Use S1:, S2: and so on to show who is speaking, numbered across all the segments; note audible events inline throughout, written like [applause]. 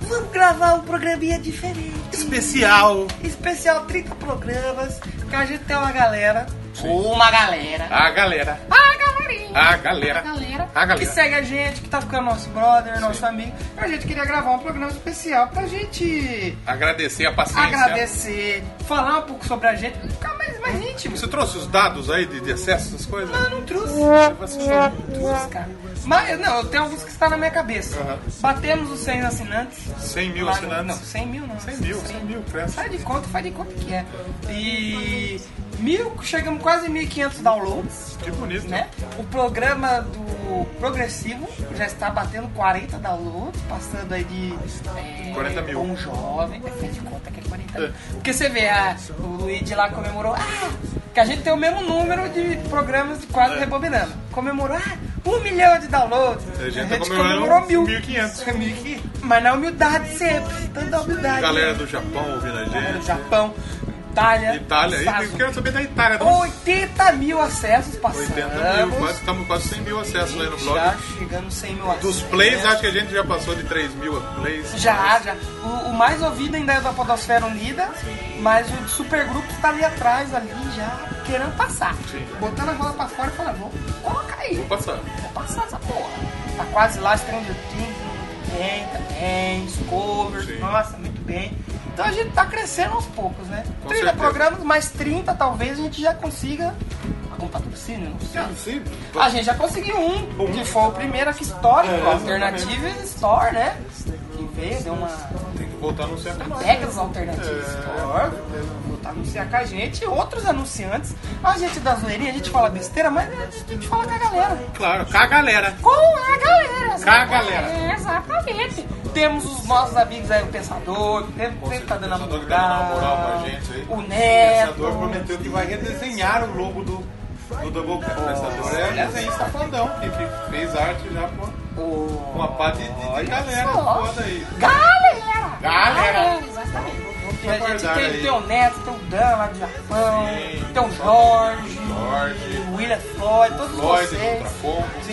S1: vamos gravar um programinha diferente.
S2: Especial.
S1: Especial 30 programas, porque a gente tem uma galera.
S3: Uma galera.
S2: A galera.
S1: Ah, galerinha!
S2: A galera.
S3: Galera.
S2: A
S1: Que
S2: galera.
S1: segue a gente, que tá ficando nosso brother, nosso amigo. A gente queria gravar um programa especial pra gente
S2: Agradecer a paciência.
S1: agradecer, falar um pouco sobre a gente, ficar mais, mais íntimo.
S2: Você trouxe os dados aí de, de acesso, essas coisas? um
S1: Eu não trouxe.
S2: Vocês
S1: Eu
S2: estão-
S1: não trouxe, cara. Mas, não, eu tenho alguns que estão na minha cabeça.
S2: Aham.
S1: Batemos os 100 assinantes.
S2: 100 mil assim,
S1: Lá no-
S2: assinantes.
S1: Não, 100 mil não.
S2: 100 mil, 100 mil, cresce.
S1: Faz de conta, faz de conta que é. E mil, chegamos quase 1.500 downloads,
S2: Que bonito,
S1: né? O programa do Progressivo já está batendo 40 downloads, passando aí de... é,
S2: 40 mil.
S1: Um jovem, é, faz de conta que é 40 mil. Porque você vê, ah, o Luigi lá comemorou, ah, que a gente tem o mesmo número de programas de quase
S2: É.
S1: rebobinando. Comemorou, ah, um milhão de downloads.
S2: A gente tá comemorando 1.500.
S1: É 1.500. Mas na humildade sempre, tanta humildade.
S2: Galera do Japão ouvindo a
S1: Galera do
S2: gente.
S1: Japão, Itália.
S2: Itália. E
S1: Estados
S2: eu quero saber da Itália. Dá uns
S1: 80 mil acessos passamos.
S2: 80 mil, quase, estamos quase 100 mil acessos aí no
S1: Já
S2: blog.
S1: chegando em 100 mil acessos.
S2: Dos plays, acho que a gente já passou de 3 mil plays.
S1: Já, já. O, o mais ouvido ainda é o da Podosfera Unida, mas o supergrupo tá ali atrás, ali, já querendo passar.
S2: Sim.
S1: Botando a bola pra fora e falando, vamos colocar aí,
S2: Vou passar.
S1: vamos É passar essa porra. Tá quase lá, Stranger Things, muito bem também, Discover,
S2: Sim.
S1: nossa, muito bem. Então a gente tá crescendo aos poucos, né?
S2: Com
S1: 30
S2: certeza.
S1: programas, mais 30 talvez a gente já consiga algum patrocínio, não sei.
S2: sim.
S1: A gente já conseguiu um, que foi o primeiro aqui histórico,
S2: É,
S1: Alternative Store, né? Que veio, deu uma
S2: Tem que voltar no centro.
S1: Megas
S2: É.
S1: Alternative Store, voltar a anunciar com a gente, outros anunciantes, a gente da zoeirinha, a gente fala besteira, mas a gente fala com a galera.
S2: Claro, com a galera.
S1: Com a galera!
S2: Com a galera.
S1: É, exatamente. Temos os nossos amigos aí, o Pensador, que tem- tem que tá dando a
S2: Pensador que tá dando uma moral pra
S1: moral,
S2: gente aí.
S1: o
S4: Pensador
S1: Neto,
S4: prometeu que vai redesenhar o logo do, do Doublecast. O Pensador é
S1: olha
S4: um desenhista fodão que fez arte já com
S1: o...
S4: uma pá de, de, de galera
S1: só.
S4: foda aí.
S1: Galera!
S4: Galera!
S1: Exatamente.
S4: Vamos
S1: E a gente
S4: aguardar
S1: tem,
S4: aí.
S1: tem o Neto, tem o Dan lá do Japão,
S4: Sim.
S1: tem o Jorge,
S4: Jorge.
S1: o William Floyd, todos
S4: Lloyd,
S1: vocês.
S4: Contrafon,
S1: Sim,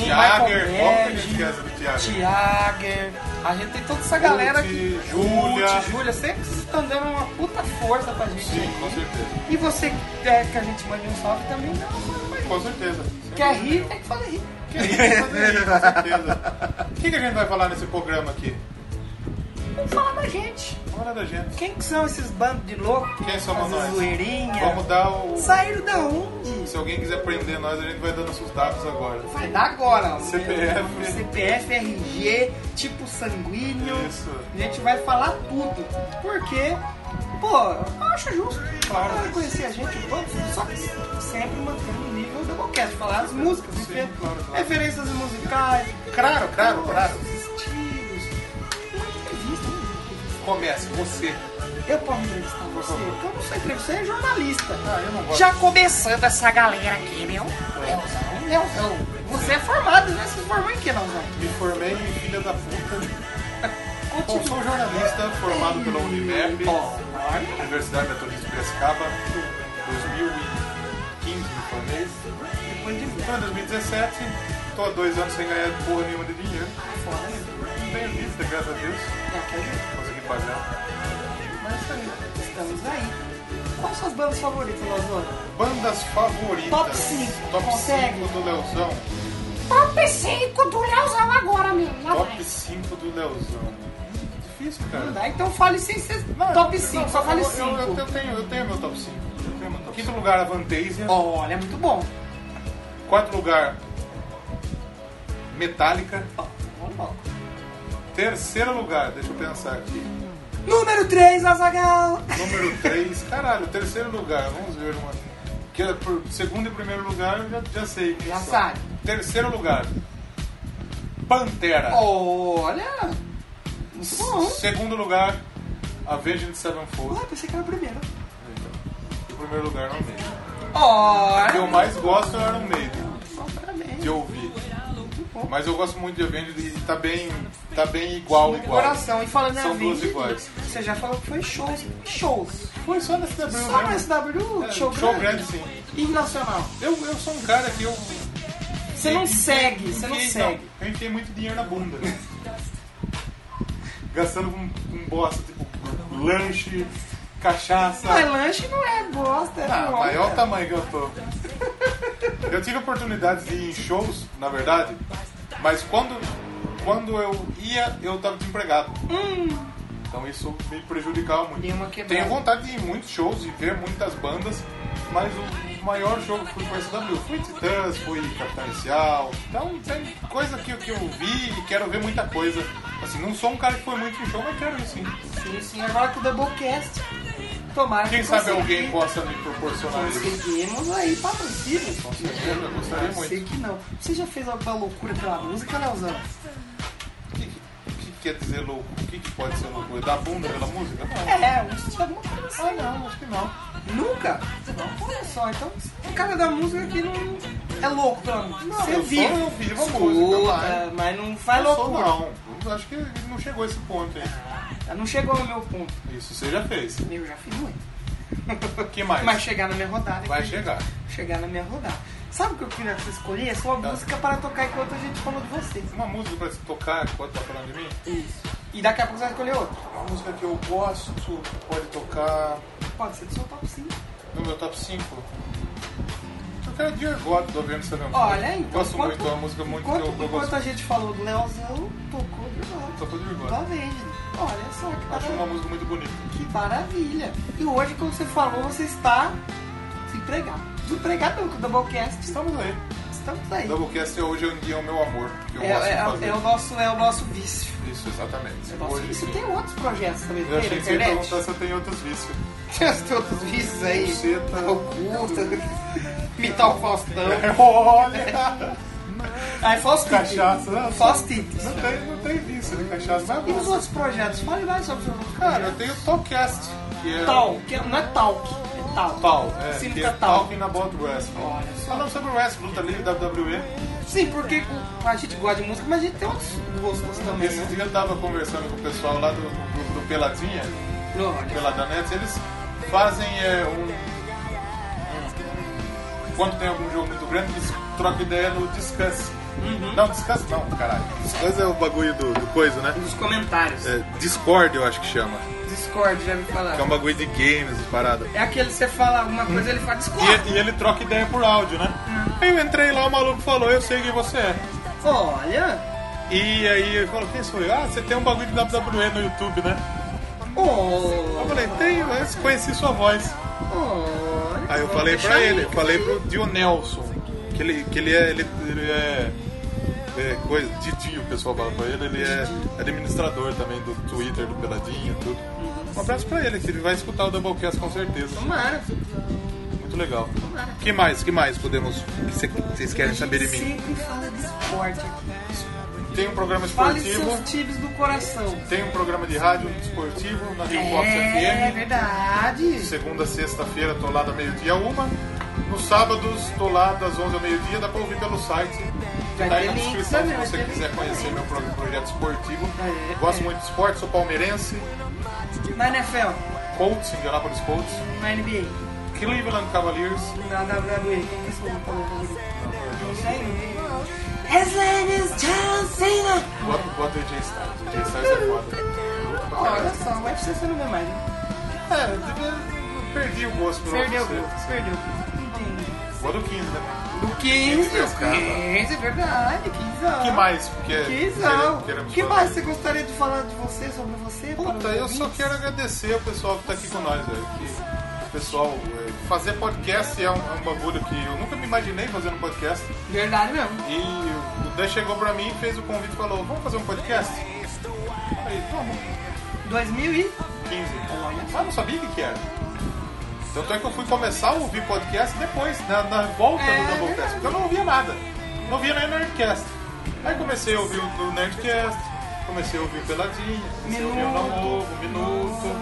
S1: Michael
S4: Tiager, como que a
S1: Berg,
S4: gente esquece do Tiager?
S1: Tiager, a gente tem toda essa galera que.
S4: Ruth, Júlia.
S1: Ruth, Júlia, sempre estão dando uma puta força pra gente.
S4: Sim, com certeza.
S1: E você que quer que a gente mande um salve também, dá um salve pra gente.
S4: Com certeza.
S1: Quer rir, tem que fazer rir.
S4: Que isso, com certeza. O que, que a gente vai falar nesse programa aqui?
S1: Vamos falar da gente.
S4: Hora da gente.
S1: Quem que são esses bandos de louco?
S4: Quem somos
S1: Essas
S4: nós?
S1: zoeirinhas?
S4: Vamos dar o.
S1: Saíram da onde?
S4: Se alguém quiser prender nós, a gente vai dando seus dados agora.
S1: Vai dar agora. ó.
S4: CPF.
S1: O CPF, RG, tipo sanguíneo.
S4: Isso.
S1: A gente vai falar tudo. Porque, pô, eu acho justo.
S4: Claro.
S1: Ela conhecer a gente todos, só que sempre mantendo o nível do podcast. Falar as músicas,
S4: Sim,
S1: refer-
S4: claro, claro.
S1: referências musicais.
S4: Claro, claro,
S1: todos
S4: claro.
S1: Os estilos. Uma entrevista. uma entrevista.
S4: Comece, você.
S1: Eu posso entrevistar você? Porque eu não sou entrevista, você é jornalista.
S4: Ah, eu não gosto.
S1: Já começando essa galera aqui, meu. Leozão, Leozão. Você é formado, né? Você se formou em que, Leozão?
S4: Me formei em filha da puta. Bom,
S1: Continua.
S4: sou jornalista formado pela Univep,
S1: Ó,
S4: Universidade Metodista de Piracicaba, 2015 me formei.
S1: depois de ver.
S4: Então, em 2017, tô há dois anos sem ganhar porra nenhuma de dinheiro.
S1: Fora,
S4: Não tenho vista, graças a Deus.
S1: né?
S4: Consegui pagar.
S1: Mas é isso aí. Estamos aí. Quais suas bandas favoritas, Leozão?
S4: Bandas favoritas.
S1: Top cinco.
S4: Top
S1: Consegue?
S4: 5 do Leozão.
S3: Top 5 do Leozão agora, meu. Lá
S4: Top
S3: vai.
S4: 5 do Leozão. Difícil,
S1: Não
S4: cara.
S1: dá, então fale sem ser
S4: Não,
S1: top
S4: eu-
S1: 5,
S4: não,
S1: só fale
S4: eu- Eu, eu
S1: 5.
S4: tenho, eu tenho meu top 5. Eu tenho meu top Quinto lugar, a Vantasia.
S1: Olha, é muito bom.
S4: Quarto lugar, Metallica.
S1: Ó, ó, ó.
S4: Terceiro lugar, deixa eu pensar aqui.
S1: Número 3, Azagal.
S4: [laughs] Número 3, caralho, terceiro lugar, vamos ver uma. Que é por segundo e primeiro lugar eu já, já sei. quem
S1: Já
S4: são.
S1: sabe.
S4: Terceiro lugar, Pantera.
S1: Olha. Muito bom.
S4: Segundo lugar, Avenged Sevenfold.
S1: Ué, pensei que era o primeiro.
S4: E primeiro lugar, Iron Maiden. O que
S1: Olha.
S4: eu mais gosto é Iron Maiden,
S1: Só parabéns.
S4: de ouvir.
S1: Muito bom.
S4: Mas eu gosto muito de Avenged e tá bem, tá bem igual,
S1: Meu
S4: igual.
S1: coração. E falando
S4: São
S1: na
S4: duas
S1: vida,
S4: iguais.
S1: Você já falou que foi shows. Shows.
S4: Foi só nesse W
S1: Só no
S4: mesmo.
S1: SW,
S4: É,
S1: show,
S4: show
S1: grande.
S4: grande, sim.
S1: E nacional.
S4: Eu, eu sou um cara que eu.
S1: Você não
S4: enfiei-
S1: segue, você não
S4: enfiei-
S1: segue.
S4: eu enfiei muito dinheiro na bunda. né? gastando com, com bosta, tipo lanche, cachaça.
S1: Mas lanche não é bosta, é
S4: Ah,
S1: bom,
S4: mas olha o
S1: cara.
S4: tamanho que eu tô. [laughs] Eu tive oportunidades de ir em shows, na verdade, mas quando, quando eu ia, eu tava desempregado. Então isso me prejudicava muito.
S1: Hum. Deu uma é quebrada.
S4: Tenho vontade de ir em muitos shows e ver muitas bandas, mas o maior show que fui foi SW. Fui Titãs, fui Capitão Inicial. Então tem coisa que, que eu vi e quero ver muita coisa. Assim, não sou um cara que foi muito em show, mas quero ir sim.
S1: Sim, sim, agora com o Doublecast. Tomara
S4: um- Quem
S1: que
S4: sabe
S1: consiga.
S4: alguém possa me proporcionar isso.
S1: Conseguimos aí patrocínio.
S4: Com certeza, eu gostaria
S1: Eu sei
S4: muito.
S1: que não. Você já fez alguma loucura pela música, Leozão?
S4: O que, que- que quer dizer louco? O que, que pode ser louco? É dar bunda pela música? Não.
S1: É, um estilo alguma coisa assim.
S4: Ah, não, acho que não.
S1: Nunca? Não, olha só, então o cara da música aqui não é louco pela música.
S4: Não,
S1: Você
S4: eu
S1: vive.
S4: sou- um eu vivo a
S1: Escuta,
S4: música, vai.
S1: mas não faz
S4: não sou,
S1: É loucura.
S4: não. Eu Acho que ele não chegou a esse ponto aí.
S1: Não. chegou no meu ponto.
S4: Isso você já fez.
S1: Eu já fiz muito.
S4: O que mais?
S1: Mas chegar na minha rodada.
S4: Vai chegar.
S1: Chegar na minha rodada. Sabe o que eu queria que você escolhesse? Uma
S4: Tá.
S1: música para tocar enquanto a gente falou de você.
S4: Uma música pra se tocar enquanto tá falando de mim?
S1: E daqui a pouco você vai escolher outra.
S4: Uma música que eu gosto pode tocar
S1: Pode ser do seu top 5.
S4: no meu top 5. Eu quero Dear God do Aviano Seven
S1: Olha, então.
S4: é Gosto
S1: enquanto-
S4: muito, é uma música muito que eu,
S1: enquanto,
S4: que eu
S1: Enquanto
S4: gosto.
S1: a gente falou do Leozão, tocou de volta.
S4: Tocou Dear God.
S1: Da Virgem. Olha só que
S4: Acho uma
S1: maravilha.
S4: música muito bonita.
S1: Que maravilha. E hoje, como você falou, você está desempregado. Desempregado não, que o Doublecast
S4: Estamos aí.
S1: estamos aí.
S4: Doublecast é hoje em dia é o meu amor. Que eu
S1: É,
S4: gosto de
S1: é-
S4: fazer.
S1: é o nosso, é o nosso vício.
S4: Isso, exatamente.
S1: É o nosso
S4: Hoje,
S1: vício.
S4: sim.
S1: Tem outros projetos também
S4: Eu
S1: tem na
S4: achei que você ia
S1: internet.
S4: perguntar se tem outros vícios. [laughs]
S1: Tem os teus outros vícios aí.
S4: Buceta.
S1: Oculta. Imitar o Faustão. Ah, é
S4: Olha!
S1: Aí Faustite.
S4: Cachaça, né?
S1: Faustite.
S4: Não tem, não tem vício de cachaça, mas é
S1: E os
S4: bom.
S1: outros projetos? Fale mais sobre os outros
S4: Cara,
S1: projetos.
S4: eu tenho o Talkcast, que é.
S1: Tal, que é- não é talk, é tal.
S4: Tal, é. que
S1: Significa
S4: é
S1: tal.
S4: Talking about Wrestling.
S1: Olha só.
S4: Falando sobre wrestling, luta livre, WWE.
S1: Sim, porque o- a gente gosta de música, mas a gente tem outros gostos também,
S4: Esse
S1: né?
S4: dia eu tava conversando com o pessoal lá do grupo do Peladinha,
S1: Não, olha.
S4: Peladanets, eles fazem é, um. Quando tem algum jogo muito grande, eles trocam ideia no Discuss. Não, Discuss não, caralho. Discuss Uhum. é o bagulho do, do coisa, né?
S1: Nos comentários.
S4: É, Discord, eu acho que chama.
S1: Discord, já me
S4: Que é
S1: falaram.
S4: um bagulho de games, parada.
S1: É aquele que você fala alguma coisa ele fala Discord.
S4: E, e ele troca ideia por áudio, né? Eu entrei lá, o maluco falou, eu sei quem você é.
S1: Olha,
S4: E aí ele falou, quem sou eu? Ah, você tem um bagulho de WWE no YouTube, né? Eu
S1: oh,
S4: falei, tenho, eu conheci sua voz.
S1: olha.
S4: Aí eu falei pra ele, eu falei pro Dionelson, que ele, que ele é. Ele, ele é, é coisa, Didi, o pessoal fala pra ele, ele é administrador também do Twitter, do Peladinha, tudo. Um abraço pra ele, que ele vai escutar o Doublecast com certeza.
S1: Tomara,
S4: Muito legal.
S1: tomara.
S4: que mais, que mais podemos. que cê- que vocês querem saber de mim?
S1: Sempre fala de esporte aqui.
S4: Tem um programa
S1: Fale
S4: esportivo,
S1: seus times do coração.
S4: tem um programa de rádio esportivo na Rio Fox
S1: É
S4: FM.
S1: verdade.
S4: Segunda, sexta-feira, tô lá da meio-dia a uma. Nos sábados, tô lá das 11 ao meio-dia. Dá pra ouvir pelo site.
S1: Vai
S4: Tá aí
S1: ter
S4: na
S1: link
S4: descrição se
S1: também, vai ter
S4: você
S1: link
S4: quiser conhecer meu pro- projeto esportivo.
S1: É,
S4: Gosto
S1: é.
S4: muito de esporte, sou palmeirense.
S1: Na NFL,
S4: Colts, Indianapolis Colts.
S1: na NBA,
S4: Cleveland Cavaliers.
S1: na WWE. Quem que você falou favorito? Isso aí.
S4: What, what AJ Styles? AJ Styles é
S1: Olha
S4: foda.
S1: só, o UFC você não vê mais, né?
S4: É, eu devia- perdi o gosto pelo
S1: Perdeu,
S4: UFC.
S1: perdeu. Entendi.
S4: Boa do 15 também.
S1: Do 15,
S4: Meu cara.
S1: 15, é verdade, 15 anos.
S4: O que mais? Porque
S1: O
S4: queremos
S1: que
S4: falar?
S1: mais você gostaria de falar de você, sobre você?
S4: Puta,
S1: para os
S4: eu só
S1: ouvintes?
S4: quero agradecer ao pessoal que tá aqui com nós, velho. Que o pessoal, é, fazer podcast é um, é um bagulho que eu nunca me imaginei fazendo podcast.
S1: Verdade mesmo.
S4: E o Dan chegou pra mim, fez o convite e falou: Vamos fazer um podcast? Aí, vamos.
S1: 2000 e...
S4: 15. Mas não sabia o que, que era. Tanto é que eu fui começar a ouvir podcast depois, na, na volta
S1: É,
S4: do Doublecast,
S1: verdade.
S4: porque eu não ouvia nada. Não ouvia nem Nerdcast. Aí comecei a ouvir o o Nerdcast, comecei a ouvir o Peladinha, comecei a ouvir o
S1: Minuto.
S4: Namoro, o Minuto.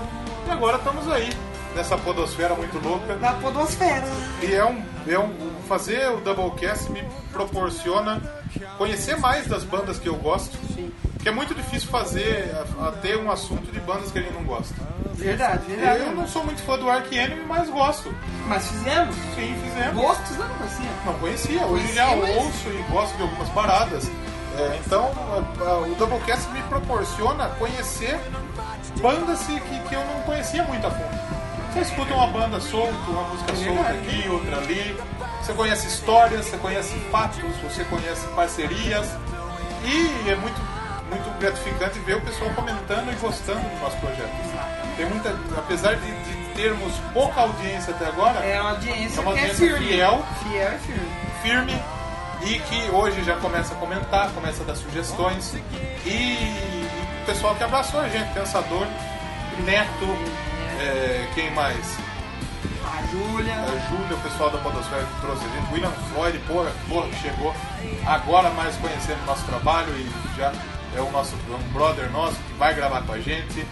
S4: E agora estamos aí, nessa podosfera muito louca.
S1: Da podosfera.
S4: E é um, é um. Fazer o Doublecast me proporciona conhecer mais das bandas que eu gosto.
S1: Sim.
S4: Que é muito difícil fazer, a- a ter um assunto de bandas que a gente não gosta.
S1: Verdade, verdade.
S4: Eu não sou muito fã do Ark Enemy, mas gosto.
S1: Mas fizemos.
S4: Sim, fizemos.
S1: Gostos, não, assim,
S4: Não conhecia, hoje
S1: Conhecia,
S4: já
S1: mas-
S4: ouço e gosto de algumas paradas. É, então, a- a- o Doublecast me proporciona conhecer bandas que, que que eu não conhecia muito a fundo. Você escuta uma banda solta, uma música
S1: É
S4: solta aqui, outra ali. Você conhece histórias, você conhece fatos, você conhece parcerias. E é muito, muito gratificante ver o pessoal comentando e gostando do nosso projeto. Tem muita, apesar de, de termos pouca audiência até agora,
S1: É uma audiência
S4: É uma
S1: que é
S4: audiência
S1: firme.
S4: fiel.
S1: Fiel e firme.
S4: firme e que hoje já começa a comentar, começa a dar sugestões. E o pessoal que abraçou a gente, Pensador, Neto, é, quem mais?
S1: A Júlia.
S4: A Júlia, o pessoal da Podosfera que trouxe a gente, William Floyd, porra, porra, que chegou agora mais conhecendo o nosso trabalho e já é o nosso é um brother nosso que vai gravar com a gente.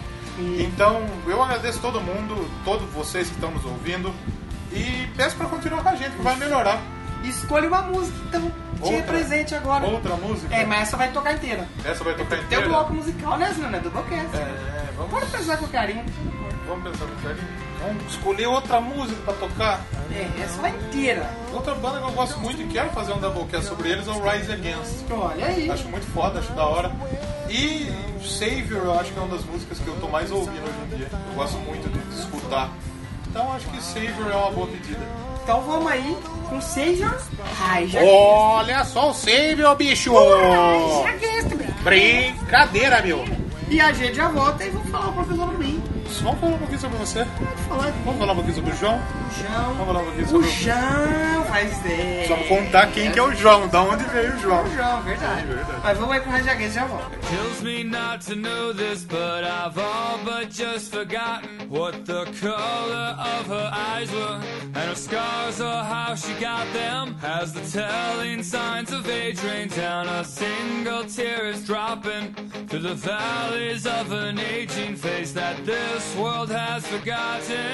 S4: Então, eu agradeço todo mundo, todos vocês que estão nos ouvindo e peço para continuar com a gente, que vai melhorar.
S1: Escolha uma música, então. Te
S4: Outra?
S1: represente agora.
S4: Outra música?
S1: É, mas essa vai tocar inteira.
S4: Essa vai tocar inteira?
S1: Teu bloco musical, né, Zana? Do Boquete.
S4: É, vamos,
S1: Pode pensar com carinho.
S4: vamos pensar no carinho. Vamos escolher outra música pra tocar.
S1: É, essa vai inteira.
S4: Outra banda que eu gosto muito e quero fazer um doublecast sobre eles é o Rise Against.
S1: Então, Olha aí.
S4: Acho muito foda, acho da hora. E Savior eu acho que é uma das músicas que eu tô mais ouvindo hoje em dia. Eu gosto muito de escutar. Então acho que Savior é uma boa pedida.
S1: Então vamos aí com Savior. Ai, já
S2: Olha só o Savior, bicho!
S3: Já que é este, brinca.
S2: Brincadeira, meu!
S1: E a gente já volta e vamos falar um pouquinho sobre mim.
S4: Vamos falar um pouquinho sobre você?
S1: Vamos falar de
S4: Vamos falar um pouquinho sobre o João? Vamos
S1: João.
S4: falar um pouquinho
S1: O
S4: sobre o
S1: João faz é.
S4: Só contar quem que é o João, da onde veio o João.
S1: O João, verdade.
S4: É verdade.
S1: Mas vamos aí com o Rage Against e já volta.
S5: Kills me not to know this, but I've all but just forgotten what the color of her eyes were, and her scars or how she got them. As the telling signs of age rain down, a single tear is dropping through the valleys of an aging face that this world has forgotten.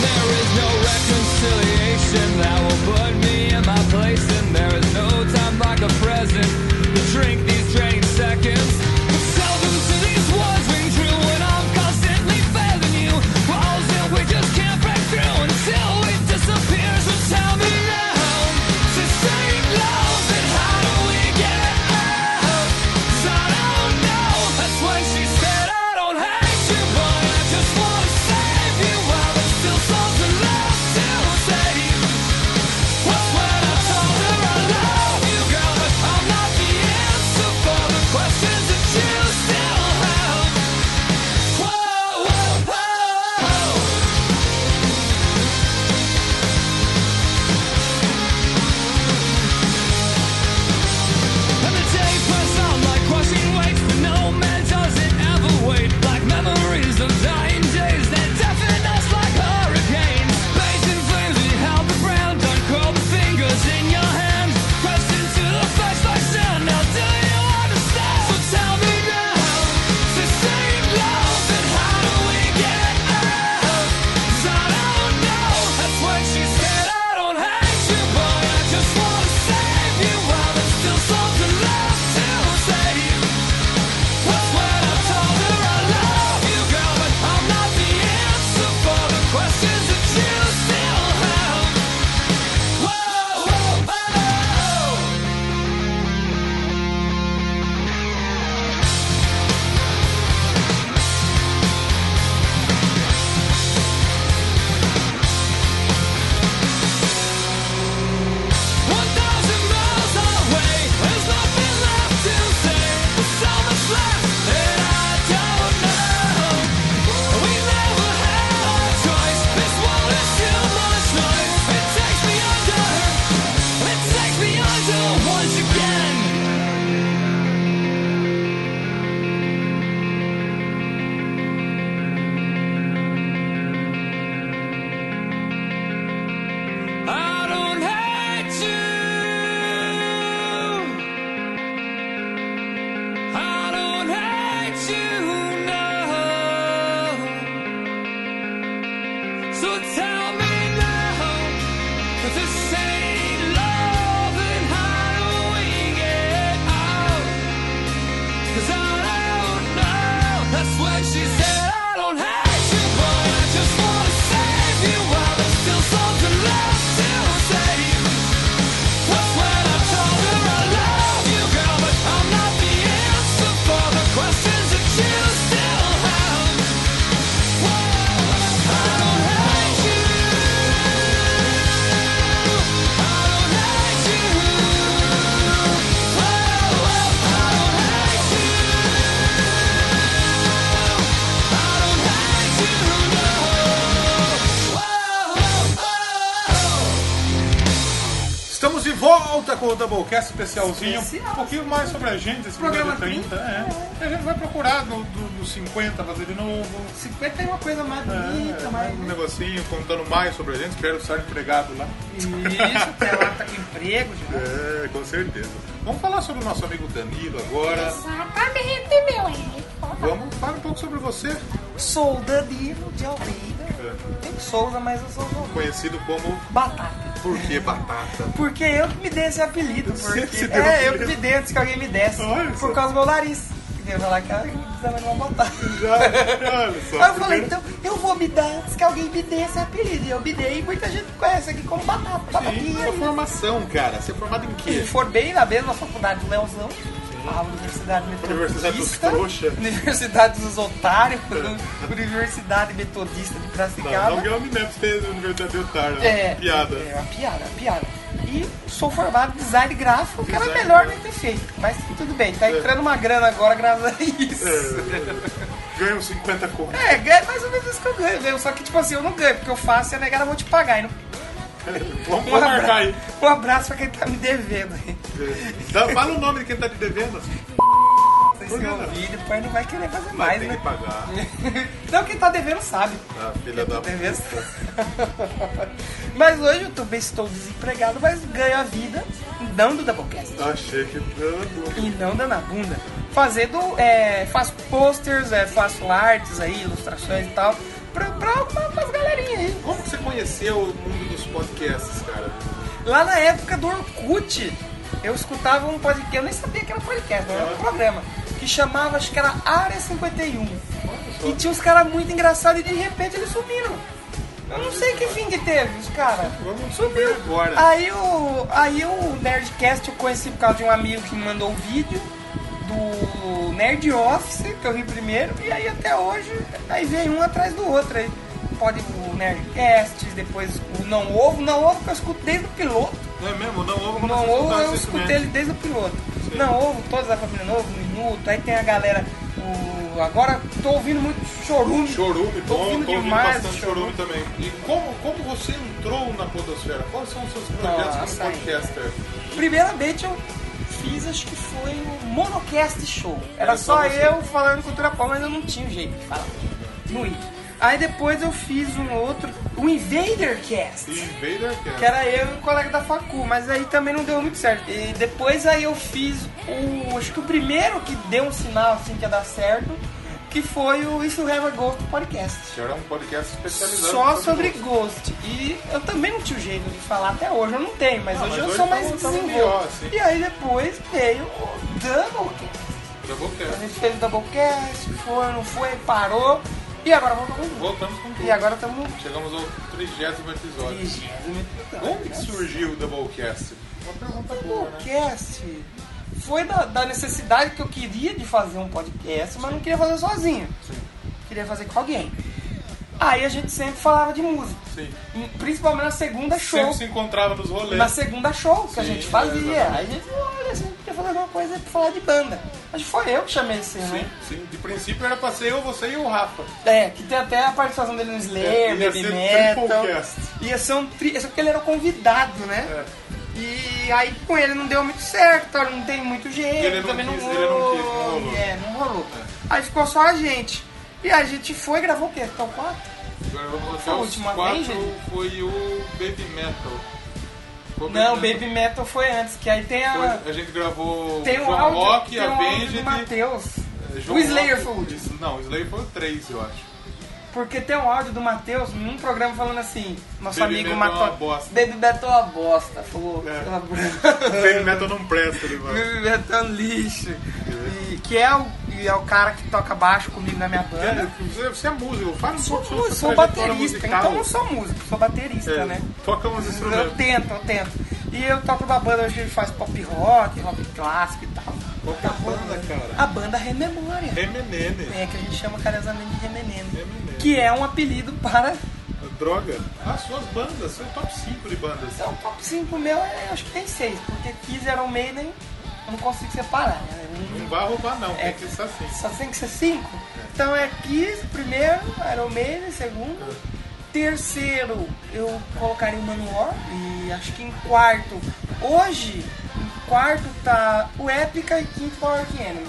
S5: There is no reconciliation that will put me in my place, and there is no time like a present to drink these draining seconds. But seldom do these words ring true when I'm constantly failing you. Walls that we just can't break through until it disappears. So tell me now, since Saint loves it, how do we get it out? 'Cause I don't know. That's when she said, I don't hate you, but I just wanna save you. While there's still something left to save.
S4: volta com o Doublecast especialzinho.
S1: Especial.
S4: Um pouquinho mais sobre a gente, esse
S1: Programa
S4: programa 30. É. A gente vai procurar no, do- no 50 fazer de novo.
S1: 50 é uma coisa mais bonita,
S4: É,
S1: mais.
S4: um negocinho contando mais sobre a gente. Espero estar empregado lá.
S1: Isso, até lá tá com emprego já.
S4: É, com certeza. Vamos falar sobre o nosso amigo Danilo agora.
S3: Exatamente, meu. Ele
S4: Vamos falar um pouco sobre você, é,
S1: Sou Danilo de Almeida. Eu Souza, mas eu sou Souza.
S4: conhecido como
S1: Batata.
S4: Por que Batata?
S1: Porque eu que me dei esse apelido.
S4: Você
S1: Porque,
S4: se deu
S1: é, eu
S4: apelido.
S1: que me dei antes que alguém me desse.
S4: Olha só.
S1: por causa do meu nariz. Eu ia falar, cara, eu não precisava de uma batata.
S4: [laughs] Olha só.
S1: Aí eu falei, então eu vou me dar antes que alguém me dê esse apelido. E eu me dei e muita gente conhece aqui como batata.
S4: Sim,
S1: batatinha.
S4: sua formação, cara. Você é formado em
S1: Se
S4: quê?
S1: formei na mesma faculdade do Leozão, a Universidade Metodista,
S4: Universidade dos trouxa.
S1: Universidade dos Otários, [laughs] Universidade Metodista de Piracicaba.
S4: Não, não que eu me lembro se fez um verdadeiro otário.
S1: é,
S4: Piada.
S1: É uma piada, uma piada. E sou formado em design gráfico, que era
S4: Design
S1: melhor nem
S4: gráfico.
S1: ter feito. Mas tudo bem, tá entrando uma grana agora graças a
S4: [laughs]
S1: isso.
S4: É, Ganho
S1: [laughs]
S4: 50 conto.
S1: É, ganha mais ou menos isso que eu ganho, mesmo. só que tipo assim, eu não ganho, porque eu faço e a negada vou te pagar. E não...
S4: Vamos marcar aí.
S1: Um abraço pra quem tá me devendo aí.
S4: Dá- Fala o nome de quem tá te devendo.
S1: Se eu ouvir, depois não vai querer fazer
S4: Mas
S1: mais,
S4: tem
S1: né?
S4: que pagar.
S1: [laughs] Não, quem tá devendo sabe.
S4: Ah, filha da
S1: Tem
S4: puta.
S1: vezes. [laughs] mas hoje eu também estou desempregado, mas ganho a vida dando Doublecast.
S4: Achei que.
S1: E não dando a bunda. Fazendo, é, faço posters, é, faço artes aí, ilustrações e tal, pra, pra, pra, pras galerinha aí.
S4: Como que você conheceu o mundo dos podcasts, cara?
S1: Lá na época do Orkut, eu escutava um podcast, eu nem sabia que era podcast, não era um programa, que chamava, acho que era Área 51. E tinha uns caras muito engraçados e de repente eles sumiram. Eu não sei que fim que teve, os caras.
S4: Vamos
S1: Sumiu.
S4: descobrir agora.
S1: Aí o, aí o Nerdcast eu conheci por causa de um amigo que me mandou um vídeo do Nerd Office, que eu vi primeiro, e aí até hoje, aí vem um atrás do outro aí. Pode o Nerdcast, depois o Não Ovo, Não Ovo que eu escuto desde o piloto.
S4: Não é mesmo? Não ovo
S1: Não Ovo eu escutei ele desde o piloto.
S4: Sim.
S1: Não Ovo, todas as família Novo, Minuto, aí tem a galera. O, agora tô ouvindo muito chorume.
S4: Chorume,
S1: Tô
S4: bom,
S1: ouvindo
S4: tô ouvindo
S1: demais
S4: bastante chorume também. E como, como você entrou na podosfera? Quais são os seus projetos
S1: Nossa,
S4: como podcaster?
S1: Primeiramente eu fiz, acho que foi o Monocast Show. Era
S4: Era só
S1: só
S4: você.
S1: eu falando cultura pop, mas eu não tinha jeito de falar. No I. Aí depois eu fiz um outro, o Invadercast.
S4: Invadercast.
S1: Que era eu e o colega da facu, mas aí também não deu muito certo. E depois aí eu fiz o. Acho que o primeiro que deu um sinal assim que ia dar certo, que foi o If You Have a Ghost podcast.
S4: Que era um podcast especializado.
S1: Só sobre Ghost. E eu também não tinha jeito de falar até hoje, eu não tenho, mas
S4: Ah,
S1: hoje
S4: mas
S1: eu
S4: hoje
S1: sou
S4: tá-
S1: mais
S4: tá melhor,
S1: desenvolto.
S4: assim.
S1: E aí depois veio o Doublecast. A
S4: Doublecast.
S1: gente fez o Doublecast, foi, não foi, parou. E agora vamos com o
S4: Voltamos com tudo.
S1: E agora estamos no
S4: Chegamos ao trigésimo episódio.
S1: 30º episódio.
S4: Onde que surgiu o Doublecast? Uma pergunta
S1: O podcast foi da, da necessidade que eu queria de fazer um podcast, mas não queria fazer sozinho. Queria fazer com alguém. Aí a gente sempre falava de música.
S4: Sim.
S1: Principalmente na segunda show.
S4: Sempre se encontrava nos rolês.
S1: Na segunda show que a
S4: Sim,
S1: gente fazia.
S4: exatamente.
S1: Aí a gente, olha, a gente podia fazer alguma coisa pra falar de banda. Acho que foi eu que chamei esse,
S4: Sim,
S1: né?
S4: sim. De princípio era pra ser eu, você e o Rafa.
S1: É, que tem até a participação dele no Slayer,
S4: É, ia
S1: Baby
S4: ser
S1: Metal.
S4: triplecast. É.
S1: Ia ser um tri... Só porque ele era o convidado, né? E aí com ele não deu muito certo, tá? não tem muito jeito,
S4: Ele não
S1: também
S4: quis,
S1: não
S4: ele não
S1: rolou.
S4: quis, não rolou.
S1: É, não rolou. Aí ficou só a gente. E a gente foi e gravou o quê? Então quatro?
S4: Agora vamos
S1: Foi
S4: lançar
S1: a
S4: os
S1: última
S4: quatro.
S1: vez, gente?
S4: foi o Baby Metal. Foi o
S1: Não,
S4: Metal.
S1: Baby Metal foi antes, que aí tem a.
S4: Foi- a gente gravou
S1: Tem
S4: o
S1: um
S4: João
S1: áudio,
S4: Rock,
S1: tem
S4: a
S1: um áudio do
S4: Benji.
S1: Matheus.
S4: eh, João
S1: O Slayer
S4: Rock-
S1: foi o último.
S4: Isso, Não, o Slayer foi o 3, eu acho.
S1: Porque tem um áudio do Matheus num programa falando assim: nosso
S4: Baby
S1: amigo
S4: Metal
S1: matou.
S4: é uma bosta.
S1: Baby Metal é uma bosta. Falou.
S4: É.
S1: "Pela
S4: O
S1: bunda."
S4: Baby Metal não presta, ele vai.
S1: Baby Metal é um lixo. E, que é o, e é o cara que toca baixo comigo na minha
S4: Cara,
S1: banda.
S4: você- Você é músico, fala um
S1: Sou,
S4: pouco sobre
S1: sou,
S4: sua
S1: baterista,
S4: trajetória musical.
S1: então não sou músico, sou baterista,
S4: É,
S1: né?
S4: Toca uns
S1: Eu
S4: instrumentos.
S1: tento, eu tento. E eu toco na banda hoje, ele faz pop rock, rock clássico e tal.
S4: Qual que é a banda, cara?
S1: A banda Rememória.
S4: É Menene.
S1: É que a gente chama carinhosamente de Remenene.
S4: Remenene.
S1: Que é um apelido para. É.
S4: Droga. As suas bandas, seu top 5 de bandas.
S1: Então, o top 5 meu, é, acho que tem 6, porque Kiss era um Maiden, eu não consigo separar. né? Um-
S4: Não vai roubar, não.
S1: É.
S4: Tem que ser assim.
S1: Só tem que ser 5? Então é Kiss primeiro, Iron Maiden segundo, Terceiro, eu colocaria o Manowar. E acho que em quarto, hoje, em quarto tá o Épica e quinto Power Arc Enemy.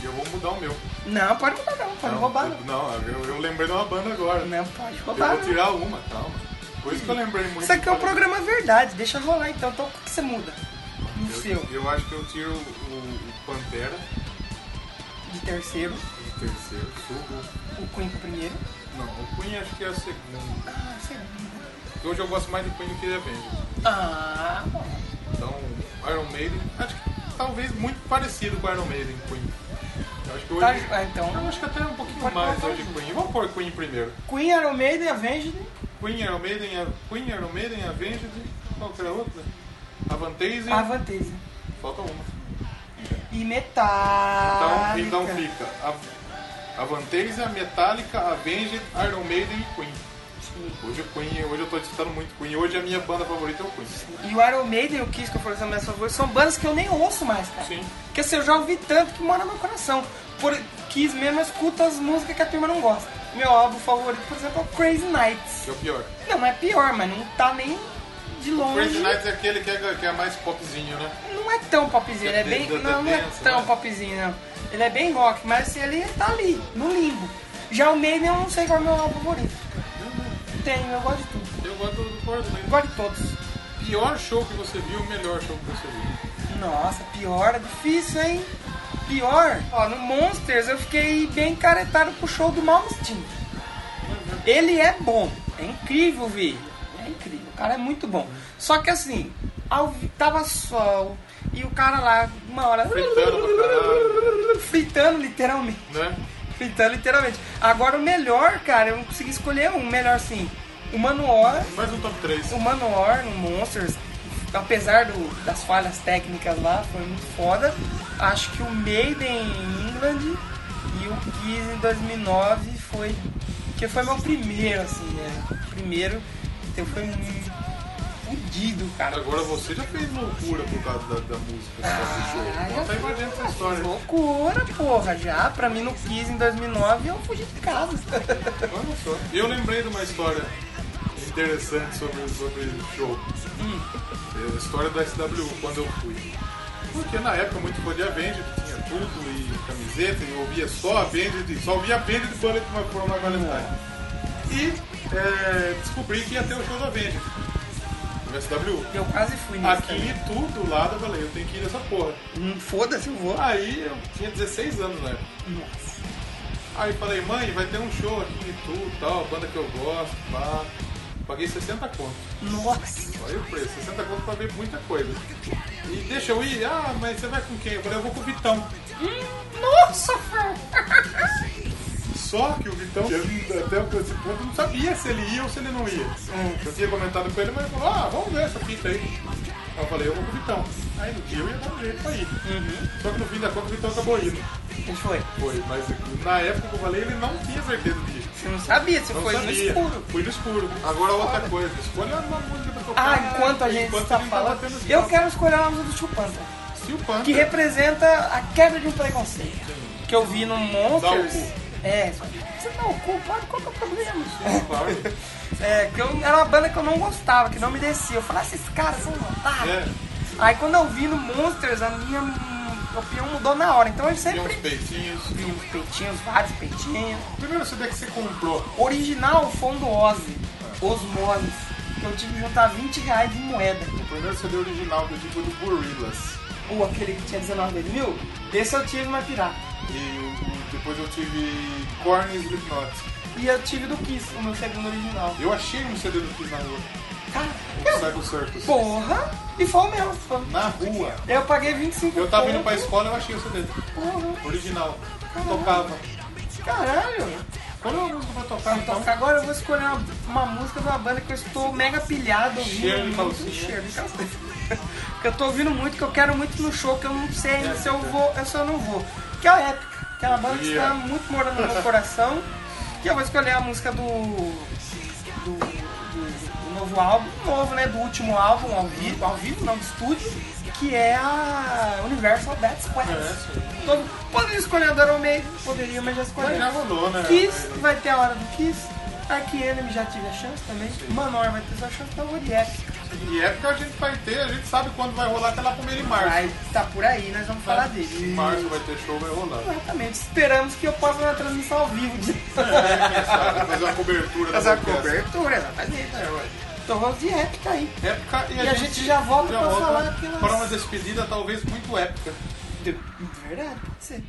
S4: E eu vou mudar o meu.
S1: Não, pode mudar não, pode
S4: não,
S1: roubar
S4: eu-
S1: não.
S4: Não, eu, eu lembrei de uma banda agora.
S1: Não, pode
S4: eu
S1: roubar
S4: vou
S1: não.
S4: tirar uma, calma. Por isso que eu lembrei muito.
S1: Isso aqui é um
S4: Cara,
S1: programa verdade, deixa rolar então. Então o que que você muda? No seu,
S4: Eu, eu acho que eu tiro o, o Pantera
S1: de terceiro,
S4: em terceiro, subo.
S1: o quinto primeiro.
S4: Não, o Queen acho que é a segunda.
S1: Ah, segundo.
S4: Porque hoje eu gosto mais de Queen do que de Avengers.
S1: Ah, bom.
S4: Então, Iron Maiden, acho que talvez muito parecido com Iron Maiden Queen. Eu acho que hoje.
S1: Tá, ju- ah, então.
S4: eu acho que até um pouquinho
S1: Pode
S4: mais
S1: colocar
S4: hoje
S1: junto.
S4: Queen. Vamos pôr Queen primeiro.
S1: Queen, Iron Maiden, Avenged.
S4: Queen, Iron Maiden, a- Queen, Iron Maiden, Avenged, qual que era a outra? Avantasia,
S1: Avantase.
S4: falta uma.
S1: E
S4: Então,
S1: Metallica.
S4: então fica a, Avantasia, Metallica, Avenged, Iron Maiden e Queen.
S1: Sim.
S4: Hoje o Queen, hoje eu tô disputando muito Queen. Hoje a minha banda favorita é o Queen.
S1: E o Iron Maiden e o Kiss, que eu falei são minhas favoritas, são bandas que eu nem ouço mais, cara.
S4: Sim.
S1: Porque assim, eu já ouvi tanto que mora no meu coração. Por, Kiss mesmo, eu escuto as músicas que a turma não gosta. Meu álbum favorito, por exemplo, é o Crazy Nights.
S4: Que é o pior.
S1: Não, é pior, mas não tá nem de longe.
S4: Crazy Nights é aquele que é, que é mais popzinho, né?
S1: Não é tão popzinho, ele é
S4: Da-
S1: bem.
S4: da- da
S1: Não, não é
S4: dança,
S1: tão
S4: né?
S1: popzinho, não. Ele é bem rock, mas assim, ele tá ali, no limbo. Já o Maiden, eu não sei qual é o meu álbum favorito. Tenho, eu gosto de tudo.
S4: Eu gosto do Crazy
S1: Eu
S4: Nights.
S1: gosto de todos.
S4: Pior show que você viu, o melhor show que você viu.
S1: Nossa, pior, é difícil, hein? Pior, ó, no Monsters eu fiquei bem encaretado pro show do Malmsteen. Ele é bom, é incrível ver. É incrível, o cara é muito bom. Só que assim, ao vi- tava sol e o cara lá, uma hora.
S4: Fritando pra caralho.
S1: Fritando, literalmente.
S4: Né?
S1: Fritando, literalmente. Agora o melhor, cara, eu não consegui escolher um. Melhor sim, o Manowar
S4: Mais um top 3.
S1: o Manowar no Monsters, apesar do- das falhas técnicas lá, foi muito foda. Acho que o Maiden em England e o Kiss em 2009 foi. que foi meu primeiro, assim, né? Primeiro, então foi muito fudido, cara.
S4: Agora você já fez loucura por causa da, da música desse
S1: Ah,
S4: show.
S1: já
S4: Conta aí pra dentro essa história.
S1: Ah, Loucura, porra, já. Pra mim no Kiss em 2009 eu fugi de casa.
S4: Olha só. Eu lembrei de uma história interessante sobre, sobre o show.
S1: Hum.
S4: É a história da SW quando eu fui. Porque na época muito fã de Avenged, tinha tudo e camiseta, e eu ouvia só Avenged, só ouvia Avenged Bullet for My Valentine. E é, descobri que ia ter o show da Avenged. No SW.
S1: eu quase fui nisso.
S4: Aqui tudo do lado eu falei, eu tenho que ir nessa porra.
S1: Hum, Foda-se, eu vou.
S4: Aí eu tinha 16 anos na época.
S1: Nossa.
S4: Aí falei, mãe, vai ter um show aqui em Itu e tal, banda que eu gosto, pá. Paguei 60 conto.
S1: Nossa.
S4: Olha o preço, 60 conto pra ver muita coisa. E deixa eu ir? Ah, mas você vai com quem? Eu falei, eu vou com o Vitão.
S3: Nossa, Fer!
S4: Só que o Vitão, eu, até esse ponto, não sabia se ele ia ou se ele não ia. Eu tinha comentado com ele, mas ele falou, ah, vamos ver essa fita aí. Aí eu falei, eu vou com o Vitão. Aí no dia eu ia dar um jeito pra ir. Só que no fim da conta o Vitão acabou indo.
S1: Quem foi?
S4: Foi, mas na época que eu falei, ele não tinha certeza de ir.
S1: Você não sabia, você
S4: Não
S1: foi no
S4: sabia.
S1: escuro.
S4: Fui no escuro. Agora outra coisa, escolha uma música pra tocar.
S1: Ah, enquanto a gente
S4: enquanto
S1: está
S4: tá
S1: falando,
S4: batendo esse
S1: eu
S4: papo.
S1: quero escolher a música do Chupanta,
S4: Se o Panther,
S1: que representa a quebra de um preconceito. Que eu vi no Monsters.
S4: Dá o cu.
S1: É, só- você dá o cu, pode, qual que é o problema?
S4: claro.
S1: É, que eu, era uma banda que eu não gostava, que não me descia. Eu falava, "Ah, esses caras são otários.
S4: É.
S1: Aí quando eu vi no Monsters, a minha hum, opinião mudou na hora. Então eu
S4: Tinha
S1: sempre
S4: uns
S1: [laughs]
S4: peitinhos.
S1: vi uns peitinhos, vários peitinhos.
S4: O primeiro CD que você comprou,
S1: Original fundo Ozzy, Osmose, que eu tive que juntar 20 reais em moeda.
S4: o primeiro CD original que eu digo do Gorillaz.
S1: ou aquele que tinha 19 mil, esse eu tive uma pirata.
S4: E o- depois eu tive Korn e Slipknot.
S1: E eu tive do Kiss, o meu segundo original.
S4: Eu achei um CD do Kiss na rua,
S1: Cara,
S4: o Cycle Circus.
S1: porra! E foi o meu. foi-
S4: assim. Na rua.
S1: Eu paguei 25
S4: Eu tava indo pra
S1: conto.
S4: escola e eu achei o CD.
S1: Porra,
S4: Original. Tocava.
S1: caralho!
S4: Qual é a música pra tocar então?
S1: Então, agora eu vou escolher uma, uma música de uma banda que eu estou mega pilhado ouvindo.
S4: Cheiro de
S1: muito,
S4: calcinha.
S1: Cheiro de calcinha. [laughs] que eu tô ouvindo muito, que eu quero muito no show, que eu não sei ainda se eu vou ou se eu não vou. Que é a Épica, que é uma banda que está
S4: Yeah.
S1: muito morando no meu coração. E eu vou escolher a música do. do, do- do novo álbum, novo, né? Do último álbum ao vivo, ao vivo, não, do estúdio, que é a Universal Death Squad.
S4: É,
S1: Todo- Poderia escolher a Dora Almeida, poderia, mas já escolhi.
S4: Já rolou, né?
S1: Kiss, vai ter a hora do Kiss. Ark Enemy já tive a chance também. Manor vai ter sua chance, então vou de Epic.
S4: E época a gente vai ter, a gente sabe quando vai rolar aquela primeira em março.
S1: Vai, tá por aí, nós vamos falar
S4: Em
S1: dele.
S4: março vai ter show, vai rolar.
S1: Exatamente. Esperamos que eu possa fazer uma transmissão ao vivo disso.
S4: Sabe, fazer uma é cobertura da
S1: Fazer uma
S4: podcast.
S1: cobertura, exatamente.
S4: É, ué.
S1: Então vamos de Epic aí.
S4: Épica e,
S1: E a gente já volta pra falar aquelas-
S4: para uma despedida talvez muito épica.
S1: De verdade, pode ser.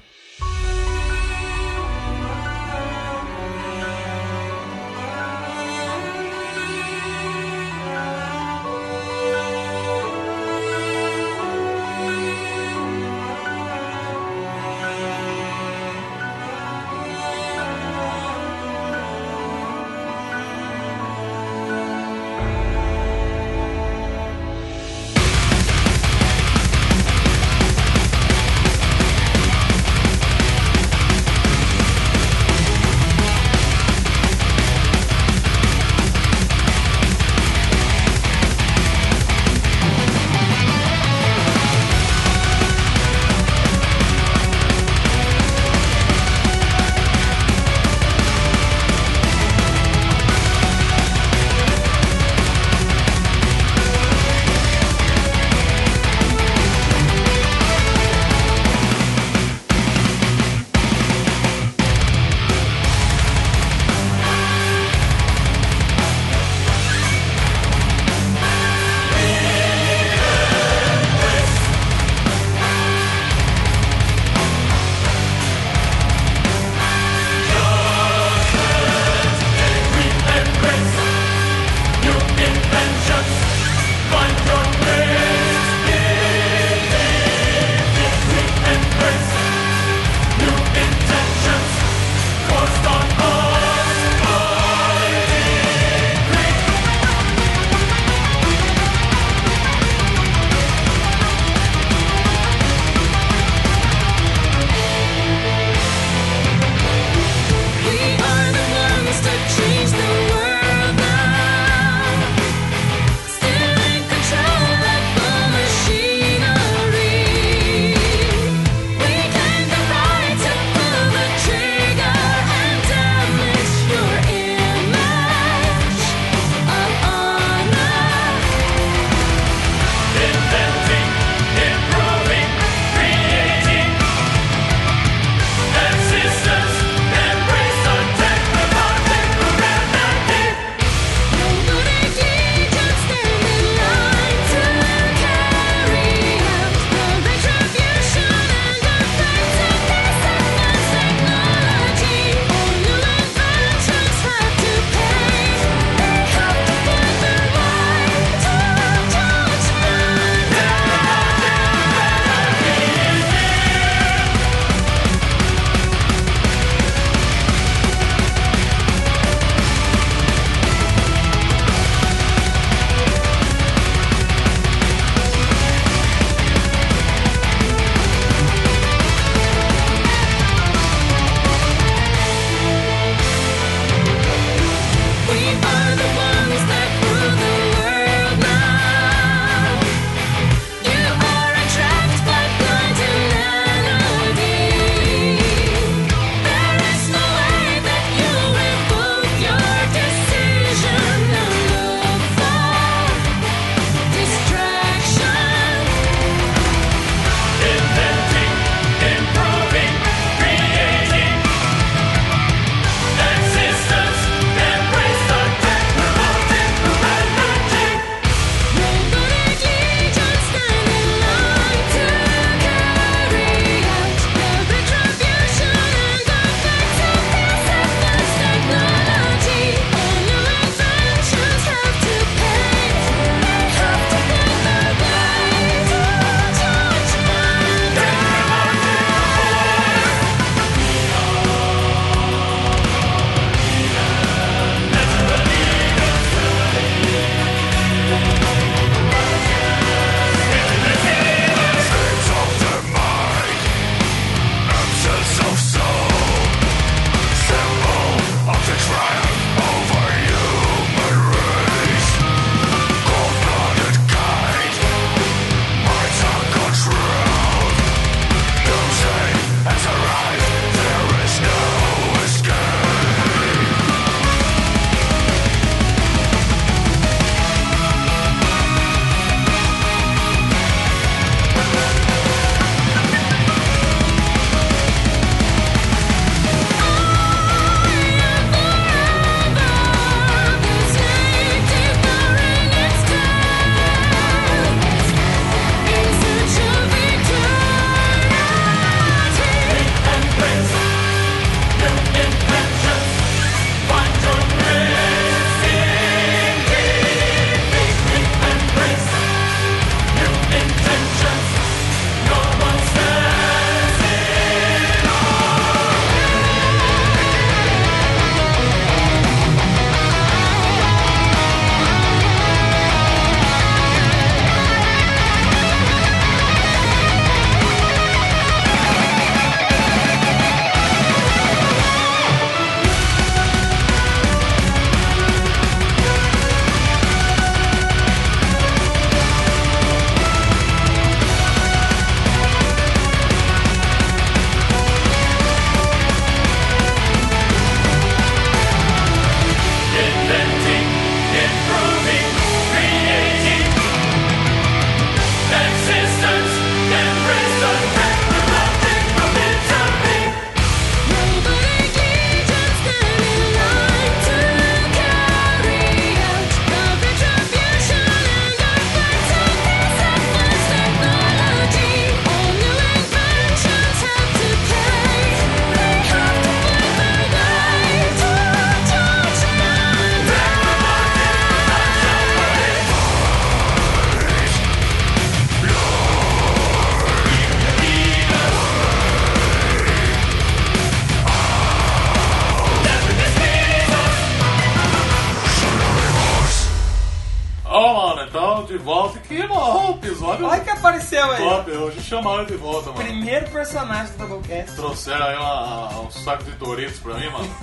S4: então, de volta. E que bom, o episódio
S1: Olha que apareceu aí.
S4: top. Hoje chamaram de volta, mano.
S1: Primeiro personagem do Doublecast.
S4: Trouxeram aí uma- um saco de Doritos pra mim,
S1: [laughs]
S4: mano.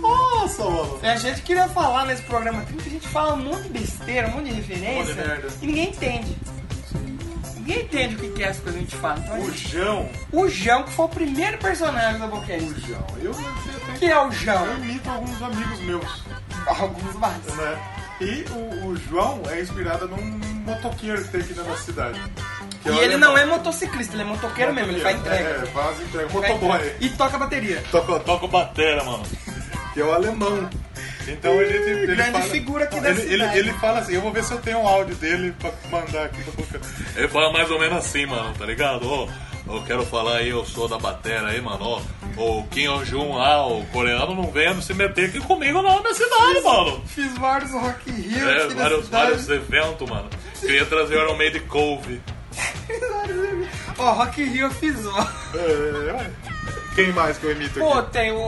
S4: Nossa, mano.
S1: É, A gente queria falar nesse programa aqui que a gente fala um monte de besteira, um monte de referência.
S4: Um monte de merda.
S1: E ninguém entende. Ninguém entende o que que é as coisas que a gente fala. Então,
S4: O Jão.
S1: o Jão, que foi o primeiro personagem do Doublecast.
S4: O Jão. Eu, eu,
S1: Que é o Jão?
S4: eu imito alguns amigos meus.
S1: Alguns mais.
S4: né? E o, o João é inspirado num motoqueiro que tem aqui na nossa cidade.
S1: E
S4: Que é o
S1: ele
S4: alemão.
S1: não é motociclista, ele é motoqueiro mesmo, ele faz entrega.
S4: É, faz entrega.
S1: Faz
S4: Motoboy.
S1: entrega. E toca bateria.
S4: Toca, toca o batera, mano. Que é o alemão. Então ele, ele
S1: grande
S4: fala-
S1: figura aqui da
S4: ele, ele,
S1: cidade.
S4: ele fala assim, eu vou ver se eu tenho um áudio dele pra mandar aqui pra boca. Ele fala mais ou menos assim, mano, tá ligado? Ó, eu quero falar aí, eu sou da batera aí, mano. Ó, o Kim Jong-un lá, o coreano não venha se meter aqui comigo não na cidade, mano.
S1: Fiz vários Rock in Rio
S4: É,
S1: aqui na
S4: vários,
S1: cidade.
S4: vários eventos, mano. Queria trazer o Iron Maiden Cove.
S1: né? Ó, Rock in Rio eu fiz vários.
S4: É, Quem mais que eu imito
S1: Pô, tem o,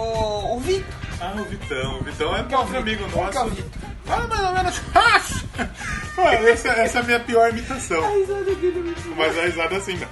S1: o Vitor.
S4: Ah, o Vitão. O Vitão é
S1: que é o
S4: nosso amigo
S1: Vitor? Qual
S4: nosso.
S1: que é o Vitor?
S4: Ah, mais ou menos. [laughs] Mano, essa, essa é a minha pior imitação. Mas a risada é assim, né?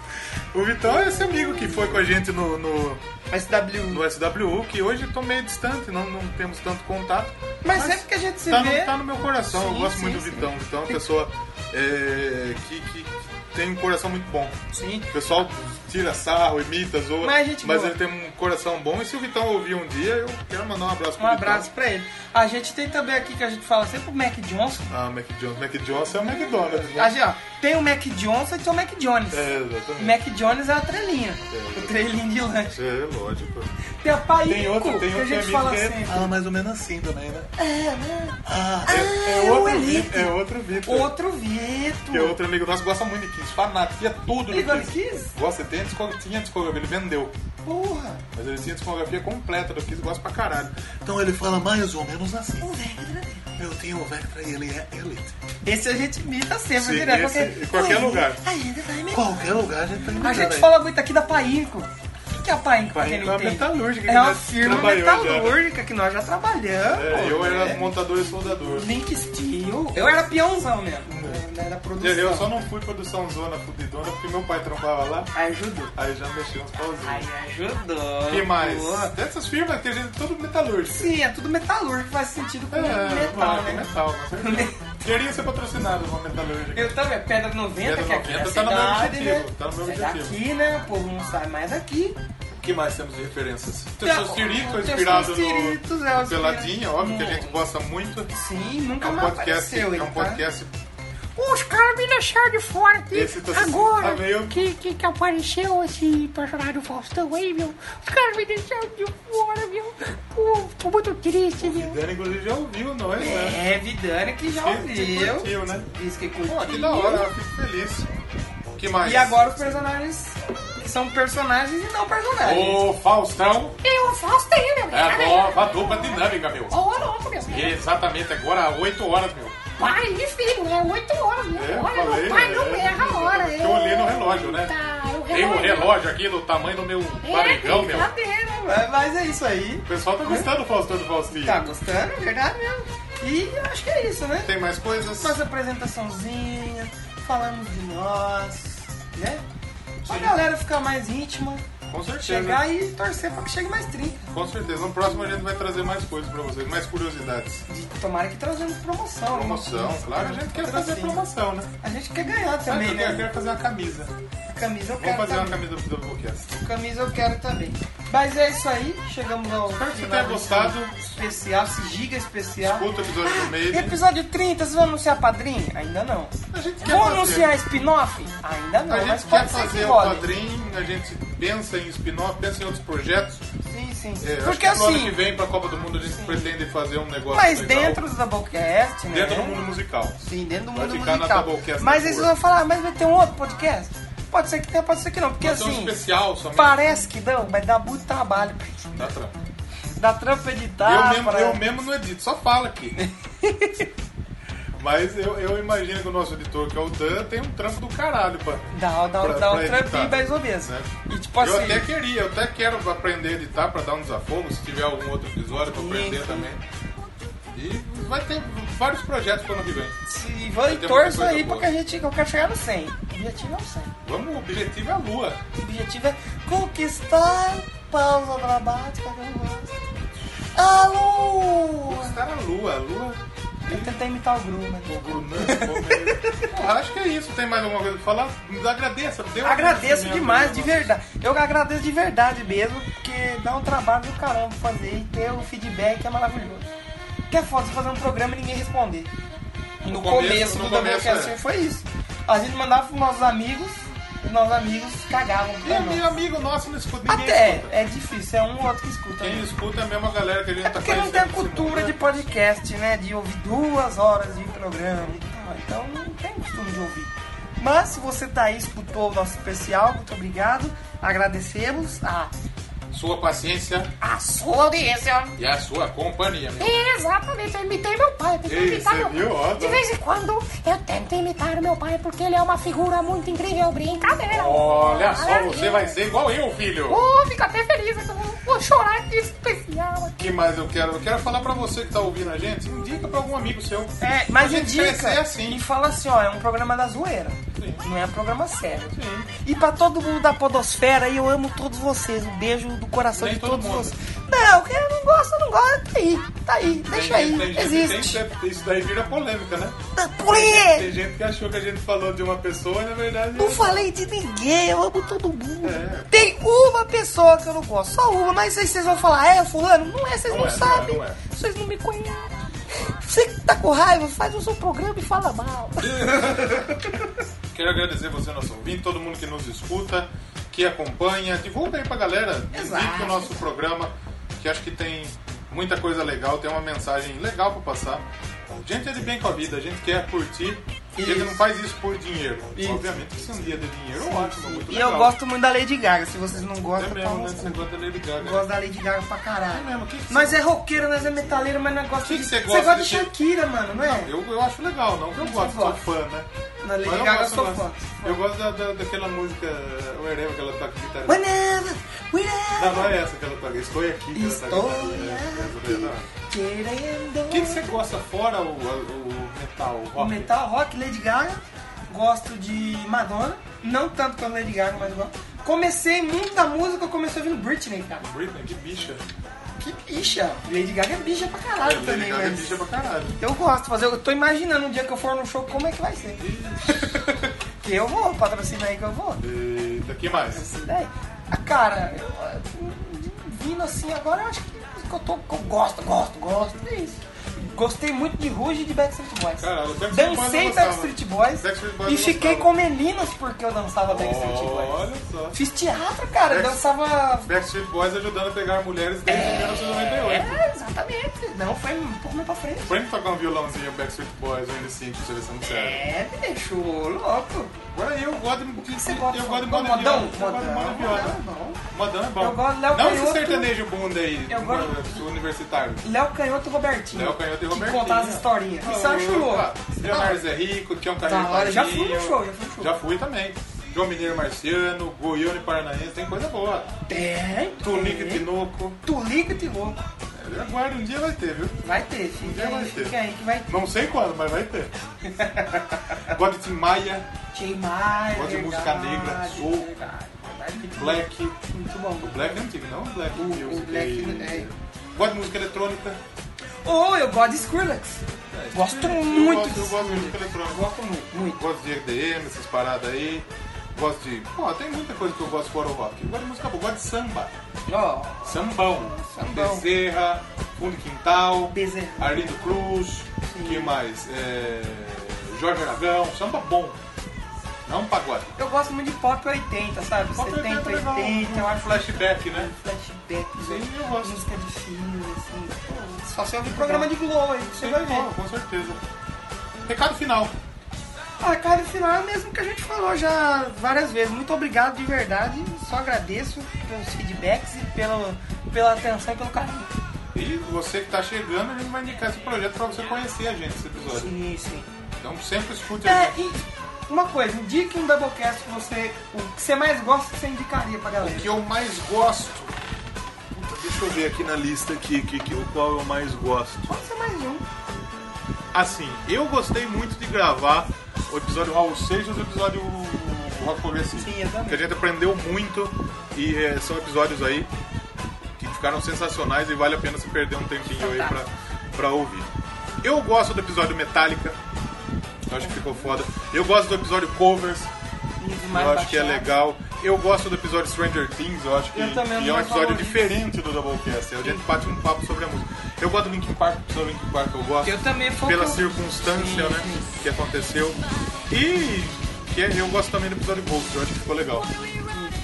S4: O Vitão é esse amigo que foi com a gente no, no,
S1: SW.
S4: no SWU, que hoje eu tô meio distante, não, não temos tanto contato.
S1: Mas sempre que a gente se
S4: tá,
S1: vê-
S4: no, tá no meu coração, eu
S1: Sim,
S4: gosto
S1: sim,
S4: muito do
S1: sim.
S4: Vitão. O Vitão é uma pessoa é, que, que- que tem um coração muito bom.
S1: Sim.
S4: O pessoal tira sarro, imita, zoa,
S1: Mas a gente boa.
S4: ele tem um coração bom. E se o Vitão ouvir um dia, eu quero mandar um abraço pro
S1: Um abraço
S4: Vitão.
S1: pra ele. A gente tem também aqui que a gente fala sempre o Mac Johnson.
S4: Ah, Mac Jones. Mac Jones é o McDonald's, né?
S1: A gente, ó, tem o Mac Johnson e tem o Mac Jones.
S4: É,
S1: O
S4: exatamente.
S1: Mac Jones é a trelinha.
S4: É.
S1: O trelinho de lanche.
S4: É, lógico.
S1: Tem a Paico,
S4: Tem outro, tem
S1: que a
S4: outro
S1: gente
S4: amigo
S1: fala
S4: que é-
S1: sempre.
S4: Ah, mais ou menos assim também, né? É, né? Ah, é, é
S1: o
S4: outro
S1: Elito.
S4: Vitor. É outro Vitor.
S1: Outro
S4: Que é
S1: Vitor.
S4: outro amigo nosso que gosta muito de Kiss, fanático, tinha tudo
S1: Ele gosta
S4: do
S1: de
S4: Kiss.
S1: Kiss?
S4: Gosta, tem a discografia, tinha a discografia, ele vendeu.
S1: Porra.
S4: Mas ele tinha a discografia completa do Kiss, gosta pra caralho.
S6: Então ele fala mais ou menos assim.
S1: um
S6: Eu tenho um Vectra e ele é Elite.
S1: Esse a gente imita sempre,
S4: Sim,
S1: direto.
S4: esse,
S1: porque- tá
S4: em qualquer lugar.
S6: Qualquer lugar a gente tá
S1: A gente
S6: imitando
S1: fala muito aqui da Painco. O que é a Painco? pra quem
S4: Painco
S1: não
S4: é uma
S1: entende?
S4: metalúrgica que
S1: É uma
S4: nós
S1: firma
S4: trabalhou já, né?
S1: metalúrgica que nós já trabalhamos.
S4: É, eu era montador e soldador.
S1: Link Steel. Eu era peãozão mesmo. Né, da produção.
S4: Uhum. Eu só não fui produção zona fudidona porque meu pai trampava lá,
S1: Ajudou.
S4: aí já mexeu uns
S1: Aí
S4: pauzinhos.
S1: ajudou.
S4: E mais?
S1: Boa.
S4: Dessas firmas que a gente todo metalúrgico.
S1: Sim, é tudo metalúrgico, faz sentido com
S4: É,
S1: metal,
S4: metal,
S1: né?
S4: metal, com certeza.
S1: [laughs]
S4: Queria ser patrocinado uma metalúrgica.
S1: Eu também, Pedra 90,
S4: Pedra
S1: que é aqui da
S4: 90 tá no meu
S1: cidade,
S4: objetivo,
S1: né?
S4: tá no meu
S1: É
S4: objetivo.
S1: daqui, né? O povo não sai mais daqui.
S4: O que mais temos de referências?
S1: Tem-
S4: Testosterito é
S1: Teus
S4: inspirado
S1: Tiritos, é,
S4: no,
S1: os-
S4: no Peladinha, óbvio que a gente gosta muito.
S1: Sim,
S4: É
S1: nunca
S4: um
S1: mais
S4: podcast,
S1: apareceu
S4: é
S1: ele,
S4: um
S1: tá?
S4: podcast
S3: Os caras me deixaram de fora aqui.
S4: Esse tá-
S3: Agora
S4: tá meio-
S3: que, que, que apareceu esse personagem do Faustão aí, meu. Os caras me deixaram de fora, meu. Pô, tô muito triste, meu.
S4: Dani, inclusive, já ouviu nós, né?
S1: É, Vidani que já
S4: Que- que
S1: ouviu.
S4: curtiu, né?
S1: Diz que curtiu.
S4: Pô, que da hora, eu fico feliz. O que mais?
S1: E agora os personagens são personagens e não personagens.
S4: O Faustão
S3: Eu, Faustão, meu.
S4: é a nova dupla dinâmica, meu.
S3: Ô, louco, meu.
S4: E exatamente agora, 8 horas, meu.
S3: Pai e filho, é 8 horas, meu.
S4: É,
S3: Olha,
S4: falei,
S3: meu pai não
S4: é.
S3: erra a hora.
S4: Eu olhei
S1: é.
S4: no relógio, né?
S3: Tá, o
S4: Tem um
S3: relógio.
S4: relógio aqui do tamanho do meu barrigão, meu. O
S3: né,
S1: É, mas- Mas é isso aí.
S4: pessoal tá gostando do Faustão e do Faustinho.
S1: Tá gostando, é verdade mesmo. E eu acho que é isso, né?
S4: Tem mais coisas?
S1: Nossa apresentaçãozinha, falamos de nós, né? Pra galera ficar mais íntima,
S4: Com certeza.
S1: chegar e torcer pra que chegue mais 30.
S4: Com certeza. No próximo a gente vai trazer mais coisas pra vocês, mais curiosidades.
S1: E tomara que trazemos promoção. né?
S4: Promoção, claro, a gente quer fazer
S1: Patrocínio.
S4: promoção, né?
S1: A gente quer ganhar
S4: Eu
S1: assim, também,
S4: quero- eu
S1: né?
S4: quero fazer uma camisa.
S1: Camisa eu
S4: Vamos
S1: quero
S4: fazer uma
S1: também.
S4: camisa do Doublecast.
S1: Camisa eu quero também. Mas é isso aí, chegamos ao
S4: Espero que você
S1: final
S4: tenha gostado.
S1: desse especial, esse giga especial.
S4: Escuta o episódio do meio.
S1: Episódio 30, vocês vão anunciar padrinho? Ainda não.
S4: A gente quer
S1: Vão
S4: fazer.
S1: anunciar spin-off? Ainda não,
S4: A
S1: mas
S4: gente
S1: pode
S4: quer
S1: ser que
S4: fazer o
S1: role.
S4: quadrinho, a gente pensa em spin-off, pensa em outros projetos.
S1: Sim, sim.
S4: É, acho
S1: Porque
S4: que no ano que
S1: assim,
S4: vem pra Copa do Mundo a gente pretende fazer um negócio
S1: mas
S4: legal.
S1: dentro do Doublecast, né?
S4: Dentro do mundo musical.
S1: Sim, dentro do
S4: Vai
S1: mundo
S4: ficar na
S1: musical.
S4: Doublecast
S1: Mas
S4: Network.
S1: eles vão falar, "Ah, mas vai ter um outro podcast? Pode ser que tenha, pode ser que não. Porque
S4: Fazer um
S1: assim,
S4: especial somente.
S1: parece que não, mas dá muito trabalho.
S4: Dá trampa.
S1: Dá trampa editar.
S4: eu, mesmo,
S1: pra-
S4: eu mesmo não edito, só falo
S1: [laughs]
S4: aqui. Mas eu, eu imagino que o nosso editor, que é o Dan, tem um trampo do caralho, pra,
S1: Dá, dá,
S4: pra-
S1: dá um
S4: pra
S1: trampinho
S4: editar,
S1: mais ou menos.
S4: né?
S1: E tipo assim,
S4: eu até queria, eu até quero aprender a editar pra dar um desafogo, se tiver algum outro episódio pra aprender
S1: sim.
S4: também. E vai ter vários projetos pro ano que vem.
S1: Se vai
S4: Tem muita
S1: torço
S4: coisa
S1: aí
S4: boa.
S1: porque a gente, eu quero chegar no 100. O objetivo é o 100. O
S4: Vamos, o objetivo é a lua.
S1: objetivo é conquistar pausa dramática que eu gosto. Alô!
S4: Estar a lua, a lua.
S1: Eu tentei imitar o Gru, mas...
S4: O Brunão, como é? Porra, acho que é isso. Tem mais alguma coisa pra falar? Agradeça. dê um
S1: Agradeço
S4: agradecimento.
S1: demais, de verdade. Eu agradeço de verdade mesmo, porque dá um trabalho do caramba fazer e ter o feedback é maravilhoso. Que é foda você fazer um programa e ninguém responder. No,
S4: No
S1: começo,
S4: começo,
S1: do
S4: no
S1: WCast
S4: começo, é.
S1: foi isso. A gente mandava pros nossos amigos, os nossos amigos cagavam.
S4: E
S1: Pra
S4: amigo,
S1: nós.
S4: É amigo nosso não escuta ninguém.
S1: Até,
S4: escuta.
S1: é difícil, é um ou outro que escuta.
S4: Quem
S1: né?
S4: escuta é a mesma galera que a gente
S1: É
S4: tá
S1: porque não tem a
S4: conhecendo
S1: cultura de
S4: esse mundo,
S1: podcast, né? De ouvir duas horas de programa e tal. Então não tem costume de ouvir. Mas se você tá aí, escutou o nosso especial, muito obrigado. Agradecemos a,
S4: né? Sua paciência
S1: a sua audiência.
S4: e a sua companhia. amigo.
S3: Exatamente, eu imitei meu pai. Tentei
S4: Ei,
S3: imitar
S4: você
S3: meu
S4: viu? Ó,
S3: pai. De
S4: tá.
S3: vez em quando eu tento imitar meu pai porque ele é uma figura muito incrível. Brincadeira.
S4: Olha só,
S3: Maravilha.
S4: você vai ser igual eu, filho.
S3: Oh, fico até feliz. eu Vou chorar de especial.
S4: O que mais eu quero? Eu quero falar pra você que tá ouvindo a gente. Indica pra algum amigo seu.
S1: É, mas
S4: a gente
S1: indica
S4: cresce assim.
S1: e fala assim, ó, é um programa da zoeira.
S4: Sim.
S1: Não é um programa sério.
S4: Sim.
S1: E pra todo mundo da podosfera, aí eu amo todos vocês. Um beijo do coração
S4: Nem
S1: de
S4: todo
S1: todos
S4: mundo.
S1: vocês. Não, quem não gosta, não gosta, tá aí, tá aí, deixa
S4: Tem
S1: aí,
S4: gente- tem gente-
S1: existe.
S4: tem- isso daí vira polêmica, né?
S1: Por quê?
S4: Tem gente que achou que a gente falou de uma pessoa e na verdade.
S1: Não falei de ninguém, eu amo todo mundo.
S4: É.
S1: Tem uma pessoa que eu não gosto, só uma, mas aí vocês vão falar, é, fulano? Não é, vocês não,
S4: Não é, não é,
S1: sabem.
S4: não é.
S1: Vocês não me conhecem. Você que tá com raiva, faz o seu programa e fala mal.
S4: Quero agradecer você, nosso ouvinte, todo mundo que nos escuta, que acompanha. Divulga aí pra galera. Indica o nosso programa, que acho que tem muita coisa legal, tem uma mensagem legal pra passar. A gente é de bem com a vida, a gente quer curtir. E ele não faz isso por dinheiro. Obviamente que se um dia der dinheiro, ótimo, muito
S1: E
S4: legal.
S1: eu gosto muito da Lady Gaga, se vocês não
S4: É
S1: gostam, tá
S4: mesmo, né? Você
S1: lascado.
S4: gosta da Lady Gaga.
S1: Eu gosto da Lady Gaga pra caralho.
S4: É mesmo, o que que
S1: nós é roqueiro, nós é metaleiro, mas nós gosta
S4: que que
S1: Você
S4: você gosta
S1: gosta de
S4: de-
S1: Shakira, mano, não é?
S4: Eu, eu acho legal, não que eu gosto, sou
S1: gosta?
S4: fã, né?
S1: Na Lady
S4: Mas eu
S1: Gaga
S4: gosto,
S1: sou
S4: eu gosto.
S1: fã.
S4: Eu gosto da, da- daquela música, wherever que ela toca guitarra.
S1: Whenever,
S4: Não, não
S1: whenever,
S4: é essa que ela toca, estou aqui. que ela toca
S1: Estou
S4: guitarra. É, é, é, não.
S1: querendo...
S4: O que, que você gosta fora o, o- o metal, o
S1: O
S4: rock?
S1: metal rock, Lady Gaga. Gosto de Madonna. Não tanto quanto Lady Gaga, mas gosto. Comecei muito da música, eu comecei ouvindo Britney, cara.
S4: Britney, que bicha.
S1: Que bicha. Lady Gaga é bicha pra
S4: É,
S1: caralho
S4: Lady
S1: também,
S4: Gaga é
S1: mas...
S4: bicha pra caralho.
S1: Eu gosto de fazer, eu tô imaginando um dia que eu for no show como é que vai ser. [laughs] que eu vou, patrocina aí que eu vou.
S4: Eita, que mais?
S1: Essa ideia. Ah, Cara, eu, eu, vindo assim agora, eu acho que que eu, tô, que eu gosto, gosto, gosto. É isso. Gostei muito de Ruge e de Backstreet Boys.
S4: Caralho, Backstreet Boys eu
S1: Dancei
S4: gostava.
S1: Backstreet Boys,
S4: Backstreet Boys
S1: e
S4: eu
S1: fiquei com
S4: gostava.
S1: meninas porque eu dançava Backstreet Boys.
S4: Olha só.
S1: Fiz teatro, cara, eu
S4: Back-
S1: dançava.
S4: Backstreet Boys ajudando a pegar mulheres desde 1998.
S1: É, exatamente. Não, foi um pouco mais pra frente.
S4: Prende tocar um violãozinho, Backstreet Boys, ou NC, pra você ver se eu não sério.
S1: É, me deixou louco.
S4: Agora eu gosto de.
S1: Você gosta
S4: eu gosto de
S1: Modão?
S4: moda viola. Eu gosto de
S1: Modão,
S4: moda
S1: Modão,
S4: viola.
S1: não.
S4: Modão é bom.
S1: Eu gosto de Léo
S4: Não
S1: Canhoto.
S4: esse sertanejo bunda aí,
S1: Eu gosto-
S4: eh, universitário.
S1: Léo Canhoto e Robertinho.
S4: Léo Canhoto e
S1: Que
S4: Robertinho.
S1: contava as historinhas. Isso eu acho
S4: Ah,
S1: louco.
S4: Leonardo Zé Rico, que é um
S1: Da hora,
S4: carrinho
S1: já fui no show, já fui no show.
S4: Já fui também. João Mineiro Marciano, Goiânia e Paranaense, tem coisa boa.
S1: Tem.
S4: Tunico e
S1: tem.
S4: Tinoco.
S1: Tulico e Tinoco.
S4: Eu aguardo, um dia vai ter, viu?
S1: Vai ter, fica
S4: dia vai
S1: aí,
S4: ter.
S1: fica aí que vai ter.
S4: Não sei quando, mas vai
S1: [laughs]
S4: ter. gosto de Tim Maia,
S1: Tim Maia,
S4: Gosto de
S1: verdade,
S4: música negra, soul,
S1: verdade, verdade, muito
S4: Black.
S1: bom, Muito
S4: O
S1: bom.
S4: Black é antigo, não? O Black
S1: O- o
S4: Music.
S1: Black,
S4: e-
S1: é.
S4: Gosto de música eletrônica.
S1: Oh, eu gosto de Skrillex. Gosto
S4: É, Eu
S1: muito
S4: gosto-
S1: de
S4: Eu gosto de música
S1: Skrillex.
S4: eletrônica, gosto muito.
S1: Muito.
S4: Gosto de EDM, essas paradas aí. Gosto de. Pô, tem muita coisa que eu gosto fora o rock. Eu gosto de música boa, gosto de samba.
S1: Ó,
S4: Sambão.
S1: Sambão.
S4: Bezerra, Fundo Quintal,
S1: Bezerra.
S4: Arlindo Cruz,
S1: Sim.
S4: que mais? É, Jorge Aragão, samba bom. Não um pagode.
S1: eu gosto muito de pop 80, sabe?
S4: Pop
S1: 70,
S4: 80 é legal.
S1: 80, eu acho
S4: Flashback, né?
S1: flashback,
S4: Sim, eu gosto. Tá.
S1: música de filme, assim. pô, Só se ouvir programa de Globo aí, que você vai ver.
S4: Com certeza. Recado final.
S1: Ah, cara, no final é o mesmo que a gente falou já várias vezes. Muito obrigado de verdade. Só agradeço pelos feedbacks e pelo, pela atenção e pelo carinho.
S4: E você que tá chegando, a gente vai indicar esse projeto pra você conhecer a gente, esse episódio.
S1: Sim, sim.
S4: Então sempre escute a
S1: É,
S4: gente.
S1: e uma coisa, indique um Doublecast que você. O que você mais gosta que você indicaria pra galera.
S4: O que eu mais gosto.
S6: Deixa eu ver aqui na lista aqui, que, que- o qual eu mais gosto.
S1: Pode ser mais de um.
S4: assim, eu gostei muito de gravar o episódio Raul Seixas e o episódio Rock Progressivo.
S1: Sim, exatamente.
S4: Que a gente aprendeu muito e eh, são episódios aí que ficaram sensacionais e vale a pena se perder um tempinho
S1: Tá.
S4: aí pra, pra ouvir. Eu gosto do episódio Metallica, eu acho que ficou foda. Eu gosto do episódio Covers,
S1: Livro
S4: eu
S1: mais
S4: acho que é
S1: baixado.
S4: legal. Eu gosto do episódio Stranger Things, eu acho que
S1: Eu também
S4: e
S1: não
S4: é um episódio
S1: valorizo.
S4: diferente do Doublecast. A gente bate um papo sobre a música. Eu gosto do Linkin Park, o episódio do Linkin Park eu gosto.
S1: Eu também foi o
S4: Pela
S1: que eu-
S4: circunstância,
S1: Sim,
S4: né,
S1: sim.
S4: que aconteceu. E que é, eu gosto também do episódio Ghost, eu acho que ficou legal.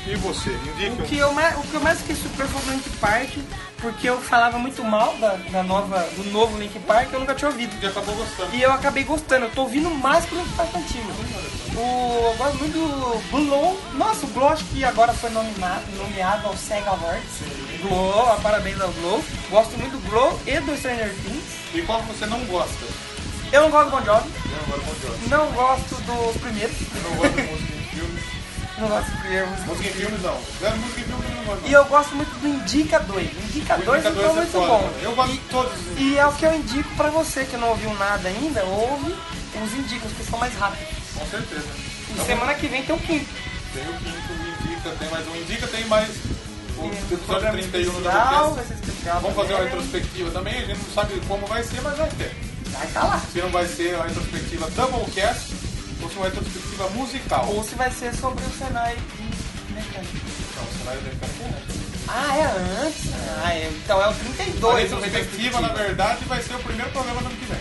S4: E você, indica
S1: O
S4: um
S1: que eu mais, o que eu mais fiquei surpreso foi o Link Park, porque eu falava muito mal da, da nova, do novo Link Park, eu nunca tinha ouvido.
S4: que acabou tá gostando.
S1: E eu acabei gostando, eu tô ouvindo mais que o Link Park antigo. O, eu gosto muito do Blow. Nossa, o Blow acho que agora foi nomeado, nomeado ao SEG Awards. Blow, ah, parabéns ao Blow. Gosto muito do Blow e do Stranger Things.
S4: E qual que você não gosta?
S1: Eu não gosto do Bon Jovi,
S4: Eu não gosto de música.
S1: não gosto dos primeiros,
S4: Eu não gosto de música em filmes.
S1: não gosto dos primeiros.
S4: Música em filmes não. Não, Música em filmes eu não gosto. não.
S1: E eu gosto muito do Indica 2. Indica 2
S4: Música
S1: ficou
S4: dois é
S1: muito
S4: foda,
S1: bom.
S4: mano. Eu gosto de todos os
S1: E é o que eu indico pra você que não ouviu nada ainda, ouve os indicos, que são mais rápidos.
S4: Com certeza. Tá
S1: E Então, semana que vem tem o quinto.
S4: Tem o quinto, o Indica, tem mais um Indica, tem mais o episódio
S1: Programa
S4: 31 do
S1: especial, vai
S4: podcast.
S1: ser especial
S4: Vamos fazer uma
S1: também.
S4: retrospectiva também, a gente não sabe como vai ser, mas vai ter.
S1: Vai tá lá.
S4: Se não vai ser a retrospectiva Doublecast ou se uma retrospectiva musical.
S1: Ou se vai ser sobre o Senai de mecânica.
S4: Não, o cenário deve ficar aqui, né?
S1: Ah, é antes? Ah, é. Então é o
S4: A
S1: 32.
S4: retrospectiva, na verdade, vai ser o primeiro programa do ano que vem.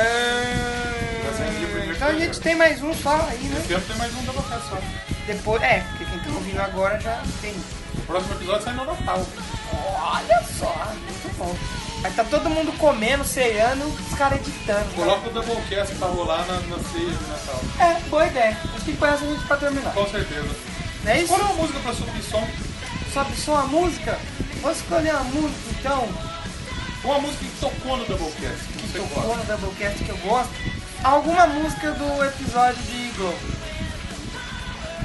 S4: Vai ser aqui o
S1: Ah,
S4: primeiro
S1: Então a gente
S4: programa.
S1: tem mais um só aí, né?
S4: Esse ano tem mais um Doublecast só.
S1: Depois, é, porque quem tá ouvindo agora já tem.
S4: O próximo episódio sai no Natal.
S1: Olha só, muito bom. Aí tá todo mundo comendo, ceando, os caras editando. cara.
S4: Coloca o Doublecast pra rolar na, na ceia de Natal.
S1: É, boa ideia. Acho que com essa a gente pra terminar.
S4: Com certeza.
S1: Não é isso?
S4: Qual é uma música pra subir som?
S1: Sabe só a música? Vamos escolher uma música então,
S4: Uma música que tocou no Doublecast, que você
S1: ou
S4: gosta.
S1: no Doublecast que eu gosto. Alguma música do episódio de Globo.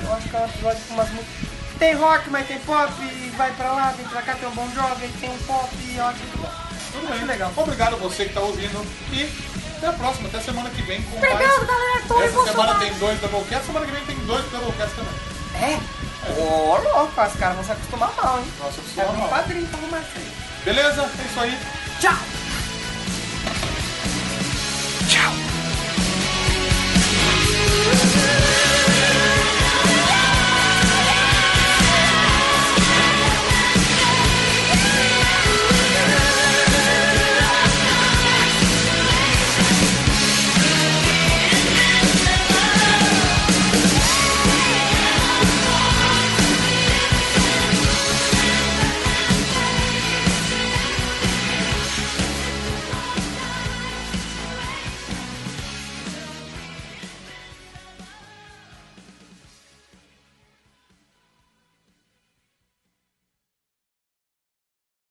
S1: Eu acho que é um episódio com umas músicas. Tem rock, mas tem pop, e vai pra lá, vem pra cá, tem um bom jovem, tem um pop, e eu acho muito bom.
S4: Tudo
S1: Acho
S4: bem.
S1: legal.
S4: Obrigado você que tá ouvindo. E até a próxima, até semana que vem com mais.
S3: Obrigado, um galera. Tô
S4: Essa semana
S3: emocionado.
S4: tem dois Doublecast, semana que vem tem dois Doublecast também.
S1: É? Ô, louco, as caras vão se acostumar mal, hein?
S4: Nossa, eu
S1: É
S4: preciso
S1: um
S4: mal.
S1: padrinho pra arrumar isso aí.
S4: Beleza? É isso aí.
S1: Tchau!